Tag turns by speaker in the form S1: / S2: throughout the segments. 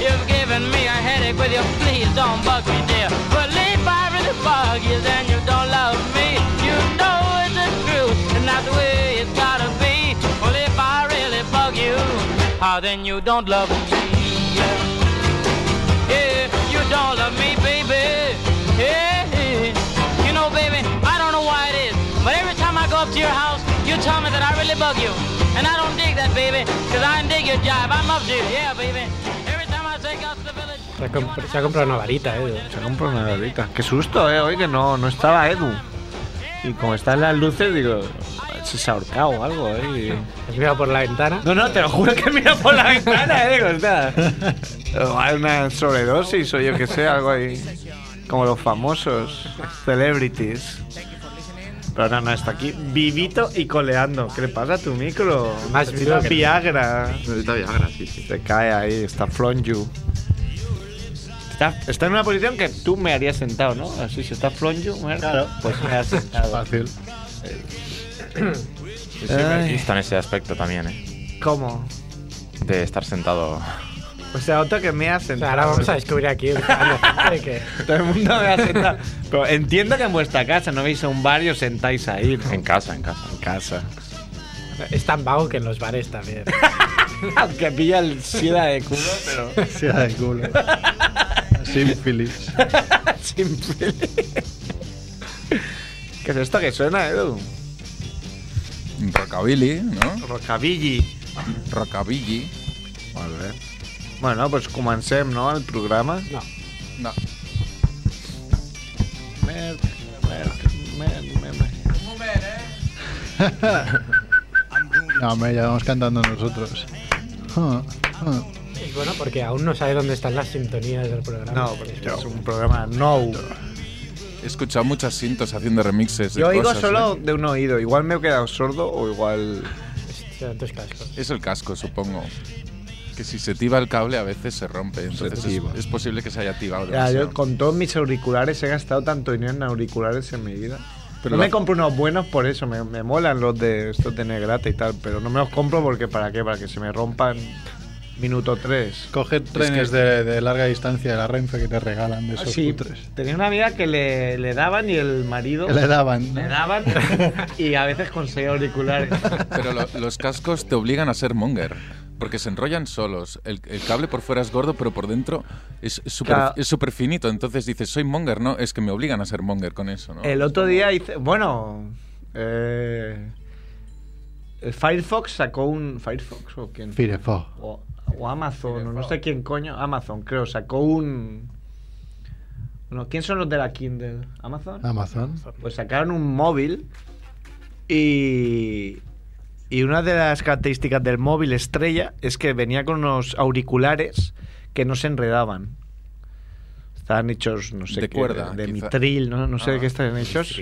S1: giving me a headache with you. Please don't bug me, dear. Well, if I really bug you, then you don't love me. You know it's the truth, and that's the way it's gotta be. Well, if I really bug you, how then you don't love me? Yeah, yeah you don't love me, baby. Yeah, yeah. you know, baby, I don't know why it is, but every time I go up to your house, you tell me that I really bug you. And I don't dig that, baby, because I dig your jive. I'm up to you, yeah, baby. Every time I take out to the village.
S2: Se ha, comp- se ha comprado una varita, eh.
S3: Se compra una varita. Qué susto, eh. Hoy que no, no estaba Edu. Y como están las luces, digo. Se se ha ahorcado o algo, eh.
S2: Has mirado por la ventana.
S3: No, no, te lo juro que mira por la ventana, eh. Digo, está. O Hay una sobredosis o yo que sé, algo ahí. Como los famosos. Celebrities. Pero no, no, está aquí vivito y coleando. ¿Qué le pasa a tu micro?
S2: Más
S3: Necesita
S2: vivo que-
S3: Viagra.
S4: Necesita Viagra, sí, sí.
S3: Se cae ahí, está Flonju. Está, está en una posición que tú me harías sentado, ¿no? Así, si está Flonju, claro. pues me has sentado. Eh,
S4: Fácil.
S5: Yo soy
S3: Ay.
S5: benquisto en ese aspecto también, ¿eh?
S3: ¿Cómo?
S5: De estar sentado.
S3: O sea, otro que me ha
S2: O sea,
S3: sentado.
S2: ahora vamos a descubrir aquí el cambio de que
S3: Todo el mundo me ha sentado. Pero entiendo que en vuestra casa no veis a un bar y os sentáis ahí, ¿no?
S5: En casa, en casa.
S3: En casa.
S2: es tan vago que en los bares también.
S3: Aunque pilla el sida de culo, pero
S4: Sí, de culo. Sífilis.
S3: sin peli. ¿Qué es esto que suena, Edu?
S6: Rockabilly, ¿no?
S3: Rockabilly.
S6: Rockabilly.
S3: Molt bé. Bueno, doncs comencem, no, el programa?
S2: No.
S6: No.
S3: Merc, merc, merc, merc, merc.
S4: No, hombre, ya vamos cantando nosotros. Ah, ah.
S2: Es bueno porque aún no sabe dónde están las sintonías del programa.
S3: No, porque es un programa nou.
S6: He escuchado muchas cintas haciendo remixes. de
S3: Yo oigo
S6: cosas,
S3: solo
S6: ¿eh?
S3: de un oído. Igual me he quedado sordo o igual...
S2: Están tus cascos.
S6: Es el casco, supongo. Que si se tiba el cable a veces se rompe. Entonces
S3: Se
S6: es,
S3: tiba.
S6: es posible que se haya tibado.
S3: Ya,
S6: demasiado.
S3: yo con todos mis auriculares he gastado tanto dinero en auriculares en mi vida.
S6: Pero
S3: no me
S6: lo-
S3: compro unos buenos por eso, me, me molan los de estos de Negrata y tal, pero no me los compro porque ¿para qué? Para que se me rompan minuto 3.
S4: Coge trenes de, de larga distancia de la Renfe que te regalan de esos cutres.
S3: tenía una amiga que le, le daban y el marido
S4: Le daban. ¿no?
S3: le daban y a veces conseguía auriculares.
S6: Pero lo- los cascos te obligan a ser monger. Porque se enrollan solos. El, el cable por fuera es gordo, pero por dentro es súper
S3: Claro.
S6: es súper finito. Entonces dices, soy monger, ¿no? Es que me obligan a ser monger con eso, ¿no?
S3: El otro día hice. Bueno. eh, el Firefox sacó un. ¿Firefox o quién?
S4: Firefox.
S3: o, o Amazon, o no sé quién coño. Amazon, creo. Sacó un. no, ¿Quién son los de la Kindle? ¿Amazon?
S4: Amazon.
S3: Pues sacaron un móvil y. Y una de las características del móvil estrella es que venía con unos auriculares que no se enredaban. Estaban hechos, no sé
S6: De
S3: qué,
S6: cuerda,
S3: de,
S6: quizá.
S3: mitril, no, no sé de
S6: Ah,
S3: qué estaban hechos.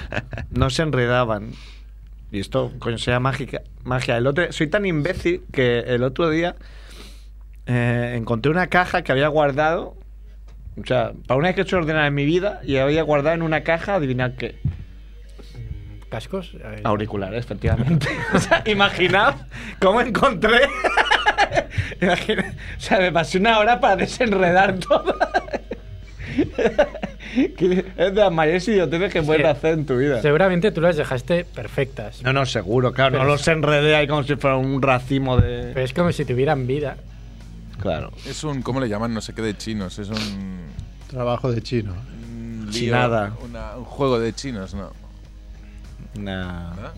S3: No se enredaban. Y esto, coño, sea mágica, magia. El otro, soy tan imbécil que el otro día eh, encontré una caja que había guardado. O sea, para una vez que he hecho ordenar en mi vida y había guardado en una caja, adivinad qué.
S2: ¿Cascos? A ver.
S3: Auriculares, Eh, efectivamente. o sea, imaginad cómo encontré. Imagina- o sea, me pasé una hora para desenredar todo. Que es de las mayores idioteces que puedes
S2: Sí.
S3: hacer en tu vida.
S2: Seguramente tú las dejaste perfectas.
S3: No, no, seguro, claro.
S2: Pero-
S3: no los enredé ahí como si fuera un racimo
S2: Pero
S3: de.
S2: es como si tuvieran vida.
S3: Claro.
S6: Es un, ¿cómo le llaman? No sé qué de chinos. Es un.
S4: Trabajo de chino.
S6: un
S3: Chinada.
S6: una- un juego de chinos, ¿no? ¿Ah?
S3: Nah.
S6: ¿No?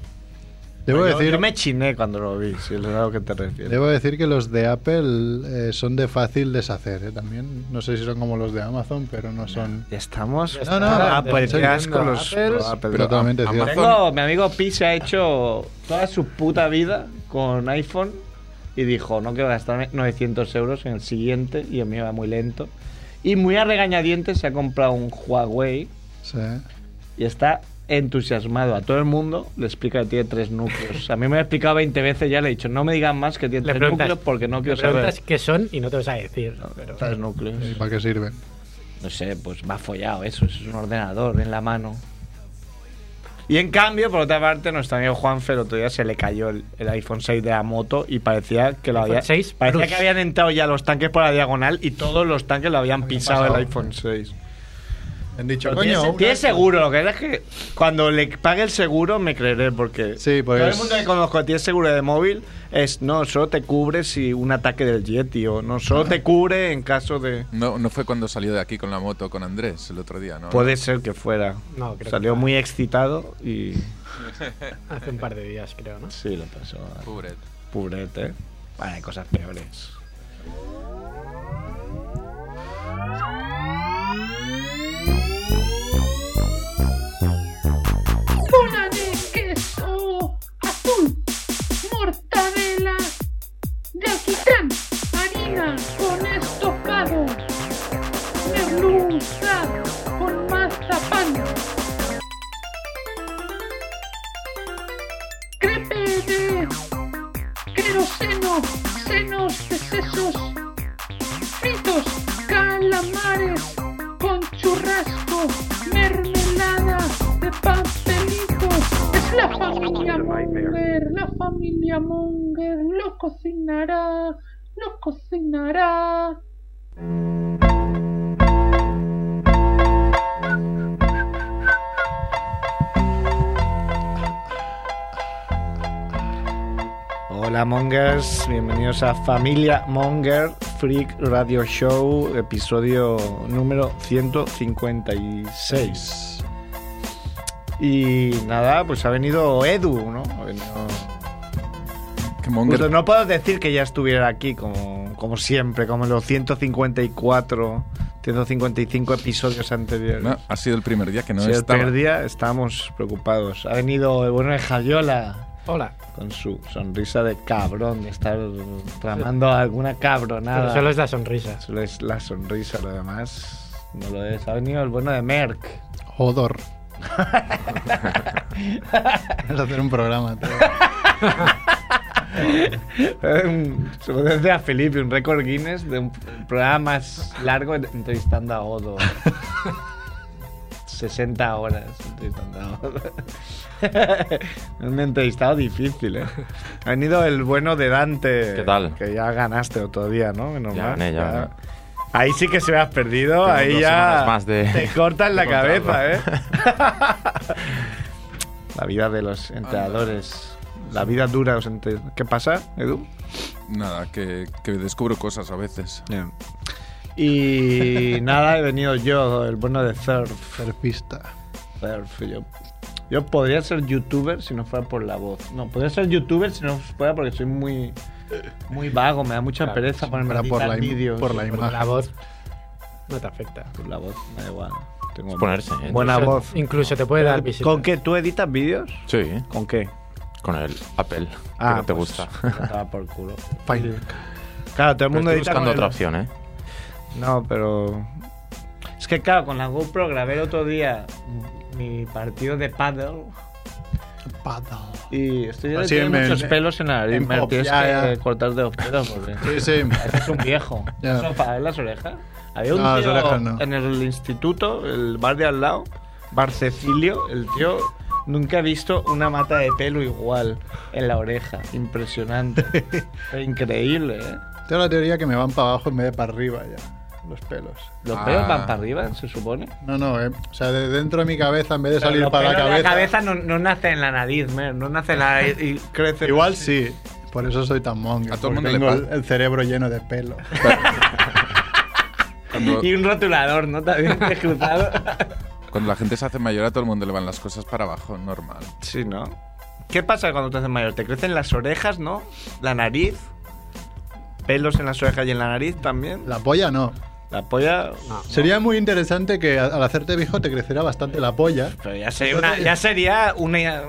S4: Debo
S3: Yo,
S4: decir,
S3: yo me chiné cuando lo vi, si es a lo que te refieres.
S4: debo decir que los de Apple eh, son de fácil deshacer. ¿eh? También no sé si son como los de Amazon, pero no son.
S3: Ya estamos.
S2: Ya
S4: No, no,
S3: Ah, pues
S4: estoy
S3: qué asco
S2: viendo
S3: los.
S2: Apple,
S3: los Apple.
S6: Pero
S4: Totalmente
S6: Am-
S4: cierto.
S6: Amazon-
S3: Tengo, mi amigo Pi se ha hecho toda su puta vida con iPhone y dijo, no quiero gastarme 900 euros en el siguiente y el mío va muy lento. Y muy a regañadientes se ha comprado un Huawei
S4: Sí.
S3: y está entusiasmado. A todo el mundo le explica que tiene tres núcleos. A mí me lo ha explicado 20 veces, ya le he dicho, no me digan más que tiene
S2: Le
S3: tres
S2: preguntas,
S3: núcleos porque no quiero
S2: le preguntas
S3: saber.
S2: qué son y no te vas a decir. pero-
S3: Tres núcleos.
S4: ¿Y para qué sirven?
S3: No sé, pues va follado eso, eso es un ordenador en la mano. Y en cambio, por otra parte, nuestro amigo Juanfe el otro día se le cayó el, el iPhone 6 de la moto y parecía que lo había,
S2: iPhone 6
S3: parecía
S2: Plus.
S3: que habían entrado ya los tanques por la diagonal y todos los tanques lo habían pisado el iPhone 6.
S4: Han dicho,
S3: Pero
S4: coño.
S3: tiene,
S4: una-
S3: tiene seguro, lo que pasa es que cuando le pague el seguro me creeré porque,
S4: Sí, porque
S3: todo el
S4: es-
S3: mundo que conozco que tiene seguro de móvil es no, solo te cubre si un ataque del Yeti o no, solo te cubre en caso de...
S6: No, no fue cuando salió de aquí con la moto con Andrés el otro día, ¿no?
S3: Puede ser que fuera.
S2: No, creo
S3: Salió
S2: que-
S3: muy excitado y...
S2: Hace un par de días, creo, ¿no?
S3: Sí, lo pasó. ¿eh?
S6: Pobre.
S3: Pobrete. ¿eh? Vale, hay cosas peores.
S7: bola de queso azul, mortadela de alquitrán, harina con estofado, merluza con mazapán, crepe de queroseno, senos de sesos, fritos, calamares con churrasco, mermelada de pastelito. Es la familia Munger, la familia Munger lo cocinará, lo cocinará.
S3: Hola Mongers, bienvenidos a Familia Monger Freak Radio Show, episodio número 156. Y nada, pues ha venido Edu, ¿no? Ha venido-
S6: Que Monger-
S3: Justo, no puedo decir que ya estuviera aquí como, como siempre, como en los 154, 155 episodios anteriores.
S6: No, ha sido el primer día que no
S3: si el
S6: estaba.
S3: primer día estábamos preocupados. Ha venido el bueno de Jayola.
S2: Hola.
S3: con su sonrisa de cabrón, de estar tramando alguna cabronada.
S2: Pero solo es la sonrisa.
S3: Solo es la sonrisa, lo demás no lo es. Ha venido el bueno de Merck.
S4: Odor. Vamos a hacer un programa. tío.
S3: Un- Se lo dice a Felipe, un récord Guinness de un programa más largo en- entrevistando a Odo. 60 horas entrevistando a Odo. un entrevistado difícil, ¿eh? Ha venido el bueno de Dante.
S5: ¿Qué tal?
S3: Que ya ganaste otro día, ¿no? Menos
S5: Ya
S3: mal,
S5: gané, ya gané.
S3: Ahí sí que se me has perdido,
S5: Tengo
S3: ahí
S5: dos
S3: ya
S5: semanas más de-
S3: te cortan la
S5: de
S3: cabeza, ¿eh?
S5: contrato.
S3: la vida de los entrenadores. La vida dura de los entrenadores. ¿Qué pasa, Edu?
S6: Nada, que, que descubro cosas a veces.
S3: Y nada, he venido yo, el bueno de Surf.
S4: Surfista.
S3: Surf, yo. Yo podría ser youtuber si no fuera por la voz. No, podría ser youtuber si no fuera porque soy muy muy vago, me da mucha
S2: Claro,
S3: pereza ponerme a
S4: Pero por
S3: editar
S4: la, im-
S3: vídeos.
S4: por la
S2: Pero
S4: imagen.
S2: la voz no te afecta.
S3: Por la voz, me da igual. Tengo
S5: Es ponerse, ¿eh?
S3: buena
S2: Incluso-
S3: voz.
S2: Incluso te puede dar visitas.
S3: ¿Con qué tú editas vídeos?
S5: Sí,
S3: ¿Con qué?
S5: con el Apple. que no te
S3: pues,
S5: gusta.
S3: me Estaba por culo.
S4: Fine.
S3: Claro, todo el
S5: Pero
S3: mundo
S5: estoy
S3: edita
S5: buscando
S3: con
S5: otra
S3: el-
S5: opción, ¿eh?
S3: No, pero. Es que, claro, con la GoPro grabé el otro día mi partido de paddle. Y estoy yo
S4: Así
S3: tiene
S4: en el-
S3: muchos pelos en la nariz.
S4: en
S3: Mer,
S4: pop,
S3: tienes
S4: ya,
S3: que
S4: ya.
S3: cortarte los pelos porque
S4: Sí, sí.
S3: es un viejo.
S4: Ya.
S3: Eso para ver las orejas. Había un
S4: No, las
S3: tío
S4: orejas no.
S3: en el instituto, el bar de al lado, Bar Cecilio, el tío nunca ha visto una mata de pelo igual en la oreja. Impresionante. Fue Increíble, ¿eh?
S4: Tengo la teoría que me van para abajo en vez de para arriba ya. Los pelos.
S3: Los
S6: Ah.
S3: pelos van para arriba, se supone.
S4: No, no, eh. O sea, de dentro de mi cabeza en vez de
S3: Pero
S4: salir
S3: los
S4: para la
S3: pelos de
S4: cabeza.
S3: no, no nace en la nariz, Mer, no nace en la nariz y crece.
S4: Igual sí. Por eso soy tan monger.
S6: A todo el
S4: porque
S6: mundo le
S4: tengo el,
S6: pasa.
S4: el cerebro lleno de pelo.
S6: Cuando,
S3: Y un rotulador, ¿no? También cruzado.
S6: cuando la gente se hace mayor, a todo el mundo le van las cosas para abajo, normal.
S3: sí, ¿no? ¿Qué pasa cuando te haces mayor? Te crecen las orejas, ¿no? La nariz. Pelos en las orejas y en la nariz también.
S4: La polla no.
S3: La polla.
S4: Sería muy interesante que a- al hacerte viejo te crecerá bastante la polla.
S3: Pero ya sería una. Ya sería una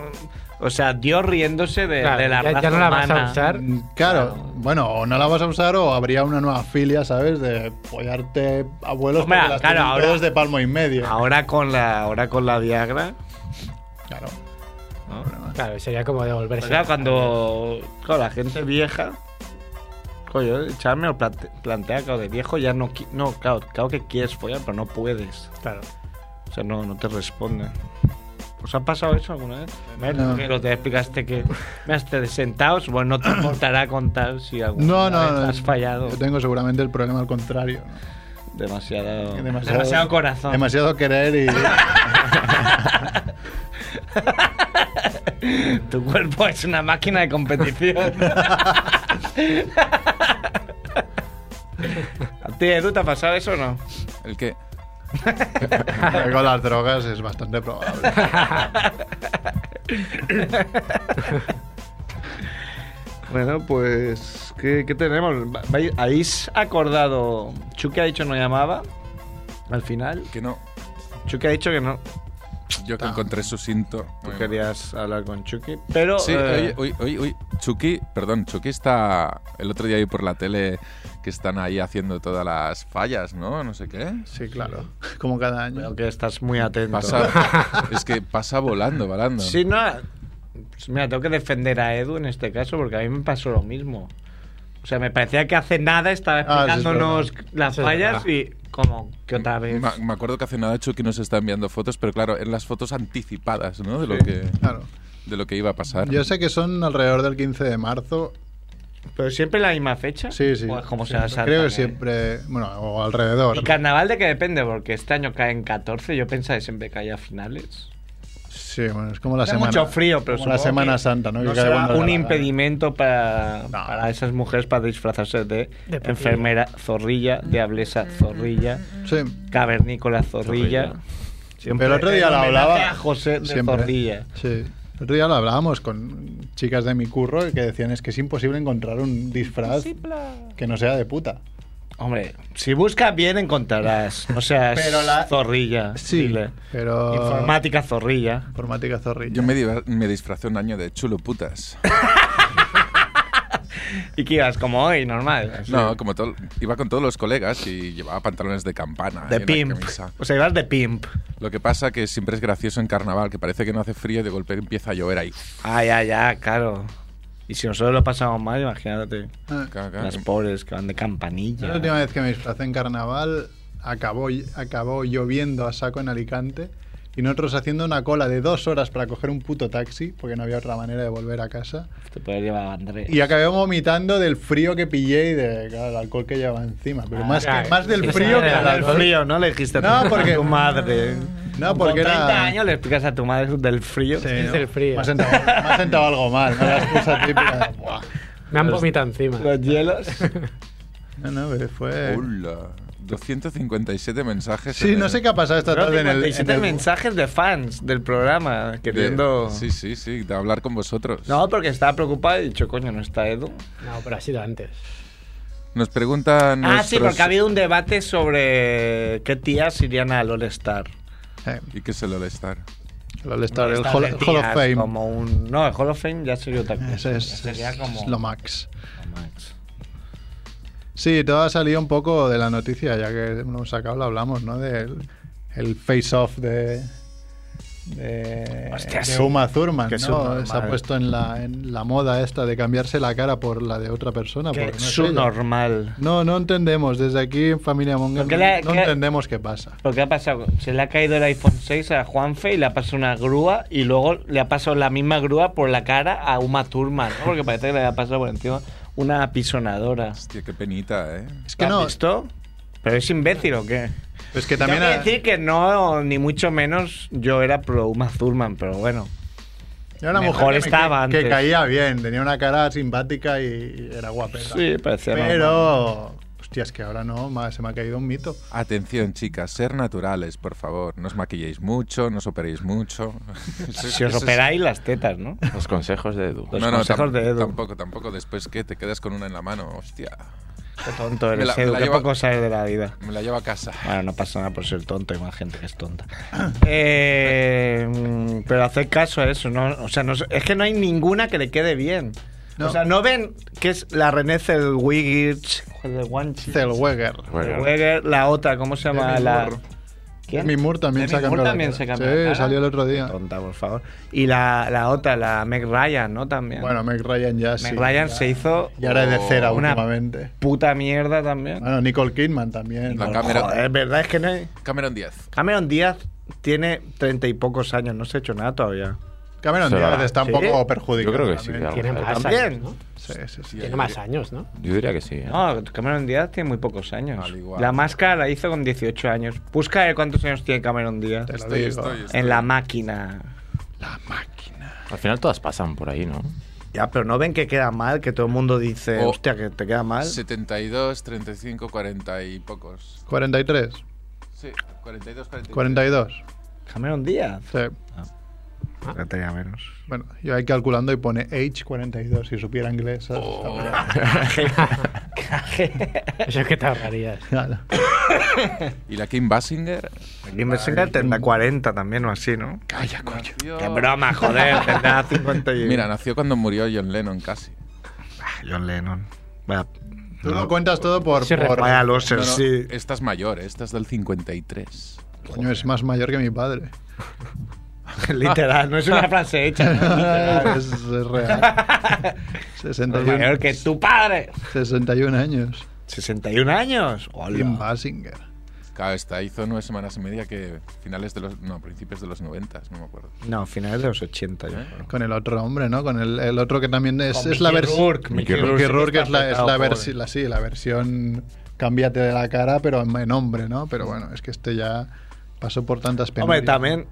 S3: o sea, Dios riéndose de,
S2: Claro,
S3: de la
S2: ya- ya
S3: raza
S2: no la vas a
S3: humana.
S2: usar.
S4: Mm, Claro, bueno, o no la vas a usar o habría una nueva filia, ¿sabes? De pollarte abuelos
S3: Hombre,
S4: porque las
S3: claro,
S4: tienen
S3: ahora-
S4: todas de palmo y medio.
S3: Ahora con la, ahora con la Viagra.
S4: Claro.
S2: Claro, sería como devolverse.
S3: O sea, cuando claro, la gente vieja. Coño, Char me lo plante- plantea, claro, de viejo ya no. qui- No, claro, claro que quieres follar, pero no puedes.
S2: Claro.
S3: O sea, no, no te responde. ¿Os ha pasado eso alguna vez? Mer,
S4: No.
S3: que lo te explicaste que me has te sentados, bueno, no te importará contar si alguna
S4: No, no,
S3: vez
S4: no.
S3: has fallado.
S4: Yo tengo seguramente el problema al contrario. ¿no?
S3: Demasiado,
S4: Que
S3: demasiado, corazón.
S4: Demasiado querer y.
S3: Tu cuerpo es una máquina de competición. ¿A ti, Edu, te ha pasado eso o no?
S6: El que.
S4: con las drogas es bastante probable.
S3: Bueno, pues, ¿qué, qué tenemos? Va- vai- ¿Habéis acordado? Chucky ha dicho no llamaba al final.
S6: Que no.
S3: Chucky ha dicho que no.
S6: Yo
S3: Ah.
S6: que encontré sucinto.
S3: Tú
S6: Muy
S3: querías hablar con Chucky, pero...
S6: Sí,
S3: eh,
S6: oye, oye, oye, oye, Chucky, perdón, Chucky está. El otro día vi por la tele que están ahí haciendo todas las fallas, ¿no? No sé qué.
S4: Sí, claro. Como cada año.
S3: Veo que estás muy atento.
S6: Pasa, es que pasa volando, volando.
S3: Sí, no... pues mira, tengo que defender a Edu en este caso porque a mí me pasó lo mismo. O sea, me parecía que hace nada estaba
S4: Ah, sí, es
S3: explicándonos las
S2: Eso es
S3: fallas
S2: verdad.
S3: y como que otra vez...
S6: Ma- me acuerdo que hace nada Chucky nos está enviando fotos, pero claro, en las fotos anticipadas, ¿no? De lo que,
S4: Claro.
S6: de lo que iba a pasar.
S4: Yo sé que son alrededor del 15 de marzo.
S3: ¿Pero siempre la misma fecha?
S4: Sí, sí.
S3: Joder, ¿Cómo se
S4: Siempre.
S3: la saltan,
S4: Creo que
S3: eh?
S4: siempre. Bueno, o alrededor.
S3: ¿Y carnaval de qué depende? Porque este año cae en 14, yo pensaba que siempre caía a finales.
S4: Sí, bueno, es como la
S3: Hace
S4: semana.
S3: mucho frío, pero
S4: como la
S3: supongo
S4: Semana
S3: que
S4: Santa, ¿no? Que
S3: no
S4: cae
S3: será
S4: cuando le da
S3: un
S4: la gana.
S3: impedimento para,
S4: No.
S3: para esas mujeres para disfrazarse de,
S2: De papilla.
S3: enfermera zorrilla, diablesa zorrilla,
S4: Sí.
S3: cavernícola zorrilla.
S5: Zorrilla.
S3: Siempre
S4: Pero el otro día
S3: en
S4: la
S3: homenaje
S4: hablaba.
S3: a José de
S4: Siempre.
S3: Zorrilla.
S4: Sí. El otro día lo hablábamos con chicas de mi curro que decían es que es imposible encontrar un disfraz que no sea de puta.
S3: Hombre, si buscas bien encontrarás. O sea,
S4: Pero la- Ah.
S3: zorrilla. dile.
S4: pero...
S3: Informática zorrilla.
S4: Informática zorrilla.
S6: Yo me, di- me disfracé un año de chulo putas.
S3: Y que ibas como hoy, normal.
S6: No, como todo, iba con todos los colegas y llevaba pantalones de campana.
S3: De
S6: y una
S3: pimp.
S6: camisa.
S3: O sea, ibas de pimp.
S6: Lo que pasa que siempre es gracioso en carnaval, que parece que no hace frío y de golpe empieza a llover ahí.
S3: Ah, ya, ya, claro. Y si nosotros lo pasamos mal, imagínate.
S4: Ah,
S6: Claro, claro.
S3: Las pobres que van de
S4: yo
S3: campanilla.
S4: La última vez que me disfrazé en carnaval acabó, acabó lloviendo a saco en Alicante y nosotros haciendo una cola de dos horas para coger un puto taxi porque no había otra manera de volver a casa.
S3: Te puede llevar a Andrés.
S4: Y acabé vomitando del frío que pillé y del alcohol que llevaba encima. Pero
S3: Ah,
S4: más, que-
S3: claro.
S4: más del
S3: Esa
S4: frío que
S3: era
S4: del
S3: del
S4: alcohol.
S3: frío, ¿no? Le dijiste a tu-
S4: No, porque-
S3: a tu madre.
S4: No, porque
S3: Con 30
S4: era-
S3: años le explicas a tu madre eso del frío.
S4: Sí,
S2: Es del frío.
S4: Me ha sentado, me ha sentado algo mal, ¿no? La excusa típica. Buah.
S2: Me han vomitado encima.
S3: Los hielos.
S4: No, no, pero fue.
S6: Hola. 257 mensajes.
S4: Sí,
S6: en
S4: no
S6: el-
S4: sé qué ha pasado esta
S3: Creo
S4: tarde en el. en
S3: 57
S4: el-
S3: mensajes de fans del programa
S6: de-
S3: queriendo.
S6: Sí, sí, sí, de hablar con vosotros.
S3: No, porque estaba preocupado y he dicho, coño, no está Edu.
S2: No, pero ha sido antes.
S6: Nos preguntan.
S3: Ah, sí,
S6: nuestros-
S3: porque ha habido un debate sobre qué tías irían al All-Star.
S4: Eh,
S6: ¿Y qué es el All-Star?
S4: el All-Star, el
S3: Estas
S4: Hall,
S3: de tías,
S4: Hall of Fame.
S3: Como un, no, el Hall of Fame ya sería otra cosa.
S4: Ese es,
S3: Ya sería
S4: es-
S3: como.
S4: es lo max.
S3: Max.
S4: Sí, todo ha salido un poco de la noticia, ya que lo hemos sacado, lo hablamos, ¿no? Del el face-off de. De,
S3: Hostia,
S4: de
S3: sí.
S4: Uma Thurman,
S3: Que es
S4: ¿no?
S3: subnormal.
S4: Se ha puesto en la, en la moda esta de cambiarse la cara por la de otra persona.
S3: Que
S4: porque no es
S3: su
S4: ella.
S3: normal.
S4: No, no entendemos. Desde aquí en Familia Monger
S3: Porque la-
S4: no
S3: que-
S4: entendemos qué pasa.
S3: Lo que ha pasado, se le ha caído el iPhone 6 a Juanfe y le ha pasado una grúa y luego le ha pasado la misma grúa por la cara a Uma Thurman, ¿no? Porque parece que le ha pasado por encima una apisonadora.
S6: Hostia, qué penita, ¿eh?
S4: Es
S3: ¿Lo
S4: que
S3: has
S4: no,
S3: visto? ¿Pero es imbécil o qué?
S4: es que también
S3: Tengo que
S4: ha-
S3: decir que no, ni mucho menos yo era pro Uma Thurman, pero bueno.
S4: era una
S3: mejor
S4: mujer que me-
S3: estaba
S4: que,
S3: antes. caía.
S4: caía bien, tenía una cara simpática y era guapeta.
S3: Sí, parecía normal.
S4: pero hostia, es que ahora no, ma- se me ha caído un mito.
S6: Atención, chicas, ser naturales, por favor. No os maquilléis mucho, no os operéis mucho. Eso-
S3: Si os
S6: eso es-
S3: operáis las tetas, ¿no?
S5: Los consejos de Edu.
S3: Los consejos
S6: tam-
S3: de Edu.
S6: Tampoco, tampoco. Después que te quedas con una en la mano. Hostia,
S3: Qué tonto
S6: Me
S3: eres,
S6: la- me
S3: Edu,
S6: la
S3: qué
S6: lleva-
S3: poco sabes de la vida.
S6: me la llevo a casa.
S3: Bueno, no pasa nada por ser tonto, hay más gente que es tonta. Eh, mm, pero hacer caso a eso, ¿no? O sea, no sé- es que no hay ninguna que le quede bien.
S4: No.
S3: O sea, ¿no ven que es la René Zellweger?
S4: Zellweger.
S3: Zellweger, la otra, ¿cómo se llama?
S4: Demi
S3: La...
S4: Moore.
S3: ¿Quién?
S4: Demi Moore también
S3: Demi
S4: se ha cambiado
S3: Moore
S4: la
S3: también
S4: cara.
S3: se ha
S4: Sí,
S3: cambiado la cara.
S4: salió el otro día.
S3: Qué Tonta, por favor. Y la, la otra, la Meg Ryan, ¿no? También.
S4: Bueno, Meg Ryan ya sí.
S3: Meg Ryan se hizo...
S4: Y ahora es de cera
S3: una
S4: últimamente.
S3: puta mierda también.
S4: Bueno, Nicole Kidman también.
S6: La
S4: Bueno,
S6: cámara-
S3: Joder, es verdad, es que no hay...
S6: Cameron 10.
S3: Cameron Díaz tiene treinta y pocos años, no se ha hecho nada todavía.
S4: Cameron
S5: Será.
S4: Díaz está un
S3: Sí.
S4: poco perjudicado.
S5: Yo creo que sí,
S4: también.
S5: claro.
S2: Tiene más
S3: También.
S2: años, ¿no?
S4: Sí, sí, sí.
S2: Tiene más años, ¿no?
S5: Yo diría que sí. ¿eh?
S3: No, Cameron Díaz tiene muy pocos años.
S6: Al igual.
S3: La máscara la hizo con 18 años. Busca eh, cuántos años tiene Cameron Díaz.
S4: Te lo
S6: Estoy,
S4: digo.
S6: estoy, estoy.
S3: En la máquina.
S5: Al final todas pasan por ahí, ¿no?
S3: Ya, pero no ven que queda mal, que todo el mundo dice,
S6: O-
S3: hostia, que te queda mal.
S6: 72, 35, 40 y pocos.
S4: 43,
S6: Sí, 42, 43.
S4: 42.
S3: Cameron Díaz.
S4: Sí.
S3: Ya tenía menos.
S4: Bueno, yo ahí calculando y pone age 42, si supiera inglés. ¿sabes?
S3: Oh.
S2: Eso es que te ahorrarías.
S4: Claro.
S6: ¿Y la Kim
S3: Y
S6: Basinger? Ah,
S3: me
S6: eh,
S3: que
S6: mm.
S3: tendrá 40 también o así, ¿no?
S4: Calla, coño.
S6: nació-
S3: Qué broma, joder, tendrá 50 y...
S6: Mira, nació cuando murió John Lennon casi.
S3: John Lennon. Vaya,
S4: Tú lo cuentas todo por...
S2: Sí,
S4: por-
S3: vaya loser,
S6: No, no,
S3: sí.
S6: Esta es mayor, ¿eh? esta es del 53.
S4: Coño, es más mayor que mi padre.
S3: Literal, no es una frase hecha. ¿no? Ah, Literal.
S4: es, es real.
S3: Es
S4: 61,
S3: mayor que tu padre.
S4: 61 años.
S3: 61 años. Hola.
S4: Kim Basinger.
S6: Claro, esta hizo nueve semanas y media que finales de los... No, principios de los 90, no me acuerdo.
S3: No, finales de los 80, yo
S6: ¿Eh?
S3: creo.
S4: Con el otro hombre, ¿no? Con el, el otro que también es, es la versión...
S3: Rourke.
S5: Mickey
S3: Mickey
S5: Rourke
S4: Mickey
S3: Rourke
S4: Rourke es
S3: está
S4: la, es la,
S3: petado,
S4: versi-
S3: pobre.
S4: la- sí, la versión cámbiate de la cara, pero en, en hombre, ¿no? Pero bueno, es que este ya pasó por tantas penas.
S3: Hombre, también.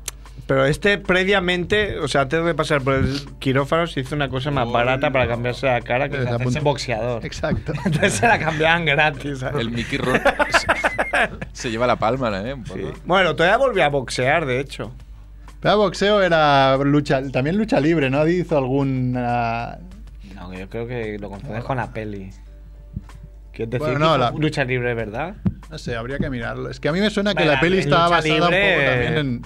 S3: Pero este previamente, o sea, antes de pasar por el quirófano, se hizo una cosa más barata para cambiarse la cara que es
S4: Desde
S3: hacerse
S4: apunta-
S3: boxeador.
S4: Exacto.
S3: Entonces se la cambiaban gratis. ¿sabes?
S6: El Mickey Rourke se, se lleva la palma, ¿eh? Un poco.
S3: Bueno, todavía volví a boxear, de hecho.
S4: Pero boxeo era lucha, también lucha libre, ¿no? Hizo alguna...
S3: No, que yo creo que lo confundes con la peli. Quiero decir,
S4: Bueno, no,
S3: que
S4: la-
S3: fue lucha libre, ¿verdad?
S4: No sé, habría que mirarlo. Es que a mí me suena que
S3: Bueno,
S4: la peli
S3: en
S4: estaba
S3: lucha
S4: basada un poco
S3: libre-
S4: también en...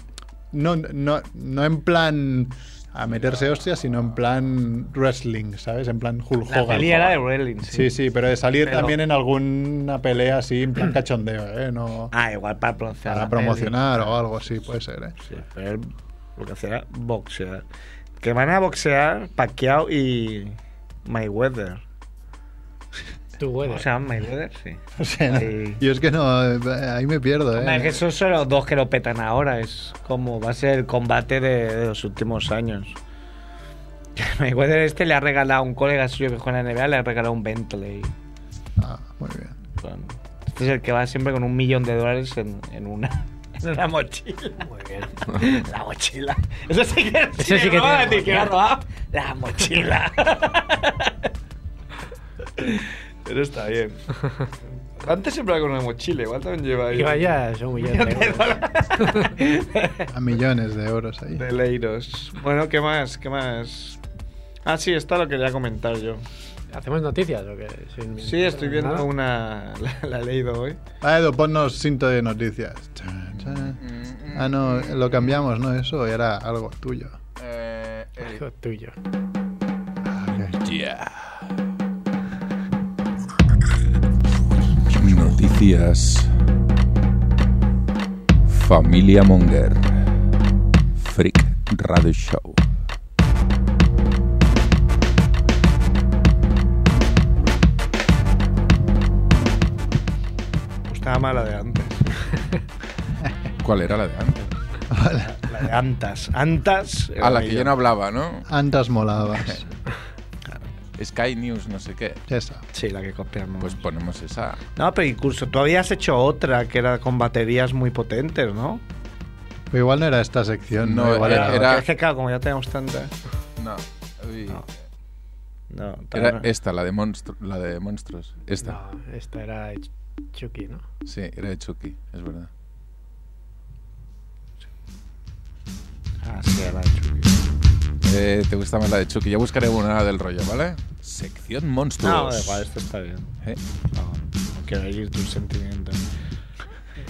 S4: No, no, no en plan a meterse hostias, sino en plan wrestling, ¿sabes? En plan Hulk
S3: La
S4: Hogan.
S3: peli era de wrestling, sí.
S4: Sí, sí, pero de salir
S3: Pero-
S4: también en alguna pelea así, en plan cachondeo, ¿eh? No,
S3: Ah, igual para promocionar.
S4: para
S3: la peli.
S4: promocionar o algo así, puede ser, ¿eh?
S3: Sí, pero él lo que hacía era boxear. Que van a boxear Pacquiao y Mayweather.
S2: Tú, bueno.
S3: O sea, Mayweather, sí.
S4: O sea,
S3: Sí.
S4: yo es que no, eh, ahí me pierdo,
S3: Hombre, es que
S4: ¿eh?
S3: esos son los dos que lo petan ahora. Es como va a ser el combate de, de los últimos años. Mayweather este le ha regalado a un colega suyo que juega en la NBA, le ha regalado un Bentley.
S4: Ah, muy bien.
S3: Bueno, este es el que va siempre con un millón de dólares en, en una. En una mochila.
S2: Muy bien.
S3: La mochila. Eso sí que,
S2: Eso sí que
S3: roba,
S2: tiene
S3: tío, que
S2: mochila.
S3: ha robado La mochila. Pero está bien. Antes siempre iba con una mochila, igual también lleva ahí.
S2: Y vaya, son millones de euros.
S4: A millones de euros ahí.
S3: De Leiros. Bueno, ¿qué más? ¿Qué más? Ah, sí, esta lo quería comentar yo.
S2: ¿Hacemos noticias o qué? Sin-
S3: Sí, estoy viendo
S2: nada.
S3: una. La, la he leído hoy.
S4: Ah, Edu, ponnos cinto de noticias. Chan, chan. Ah, no, lo cambiamos, ¿no? Eso era algo tuyo.
S6: Eh, eh,
S2: Hijo tuyo.
S6: Yeah. Noticias. Familia Monger. Freak Radio Show.
S3: Estaba mala de antes.
S6: ¿Cuál era la de antes?
S3: La de Antas. Antas. eh,
S6: A Ah, la
S3: era
S6: que
S3: yo.
S6: yo no hablaba, ¿no?
S4: Antas molabas.
S6: Sky News, no sé qué.
S4: Esa.
S3: Sí, la que copiamos.
S6: Pues ponemos esa.
S3: no, pero incluso tú habías hecho otra que era con baterías muy potentes, ¿no?
S4: Pero igual no era esta sección, ¿no?
S6: No,
S4: igual
S6: era-
S4: era,
S6: era-
S3: Es que claro, como ya tenemos tantas.
S6: No. uy.
S3: No. No,
S6: Era
S3: tal-
S6: esta, la de, monstru- la de monstruos. Esta.
S2: No, esta era Ch- Chucky, ¿no?
S6: Sí, era de Chucky, es verdad.
S3: Ah, sí, era Chucky.
S6: Eh, ¿Te gusta más la de Chucky? Ya buscaré una del rollo, ¿vale? Sección monstruos.
S3: No, da igual, esto está bien.
S6: Pues- Eh,
S3: No, no quiero herir tus sentimientos.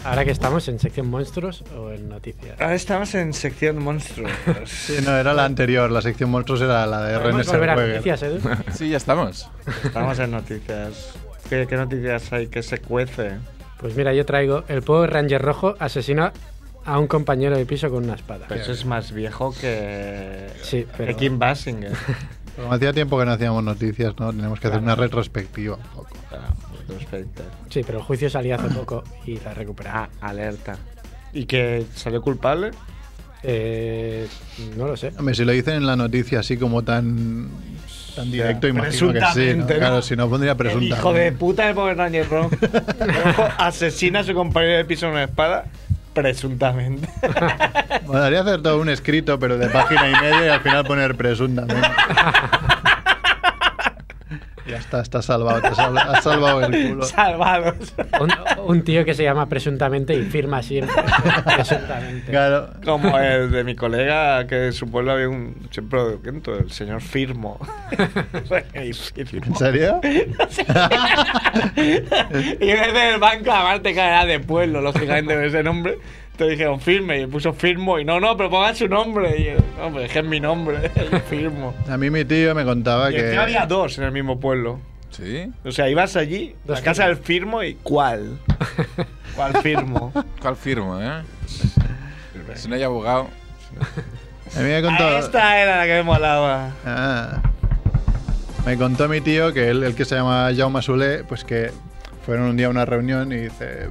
S2: Ahora que estamos en sección monstruos o en noticias.
S3: Ahora estamos en sección monstruos.
S4: Sí, no, era la anterior. La sección monstruos era la de René
S2: ¿Podemos volver a
S4: Zellweger.
S2: noticias, Edu?
S6: Sí, ya estamos.
S3: Estamos en noticias. ¿Qué, qué noticias hay que se cuece?
S2: Pues mira, yo traigo el Power Ranger rojo asesina a un compañero de piso con una espada.
S3: Pero eso Pues es más viejo que.
S2: Sí, pero-
S3: Que Kim Basinger.
S4: Como hacía tiempo que no hacíamos noticias, ¿no? Tenemos que hacer una retrospectiva un poco.
S3: Ah, Claro, respecto.
S2: Sí, pero el juicio salía hace poco y la recupera.
S3: Ah, alerta. ¿Y que salió culpable?
S2: Eh, no lo sé.
S4: Hombre, si lo dicen en la noticia así como tan, tan directo, imagino que sí. ¿no?
S3: presuntamente, ¿no?
S4: Claro, si no pondría
S3: El
S4: presunta.
S3: hijo de puta de pobre Daniel Rock. Ojo, asesina a su compañero de piso con una espada, presuntamente.
S4: Podría hacer todo un escrito, pero de página y media y al final poner presuntamente. ya está, está salvado. Te has sal- has salvado el culo.
S3: Salvados.
S2: Un, un tío que se llama presuntamente y firma siempre presuntamente.
S4: Claro.
S3: Como el de mi colega, que en su pueblo había un siempre viento, el señor Firmo. Y
S4: ¿En
S3: Firmo.
S4: serio?
S3: y desde el banco, aparte que era de pueblo, lógicamente, con ese nombre. Te dijeron firme y puso firmo. Y no, no, pero pongan su nombre. Y yo, no, pero es que es mi nombre, firmo.
S4: A mí mi tío me contaba
S3: Y encima
S4: que.
S3: había dos en el mismo pueblo.
S6: ¿Sí?
S3: O sea, ibas allí,
S2: Dos
S3: la casa del firmo y ¿cuál? ¿Cuál firmo?
S6: ¿Cuál firmo, eh? Si no hay abogado.
S4: A mí me
S3: Ah,
S4: contaba.
S3: Esta era la que me molaba.
S4: Ah. Me contó mi tío que él, el que se llama Jaume Solé, pues que fueron un día a una reunión y dice,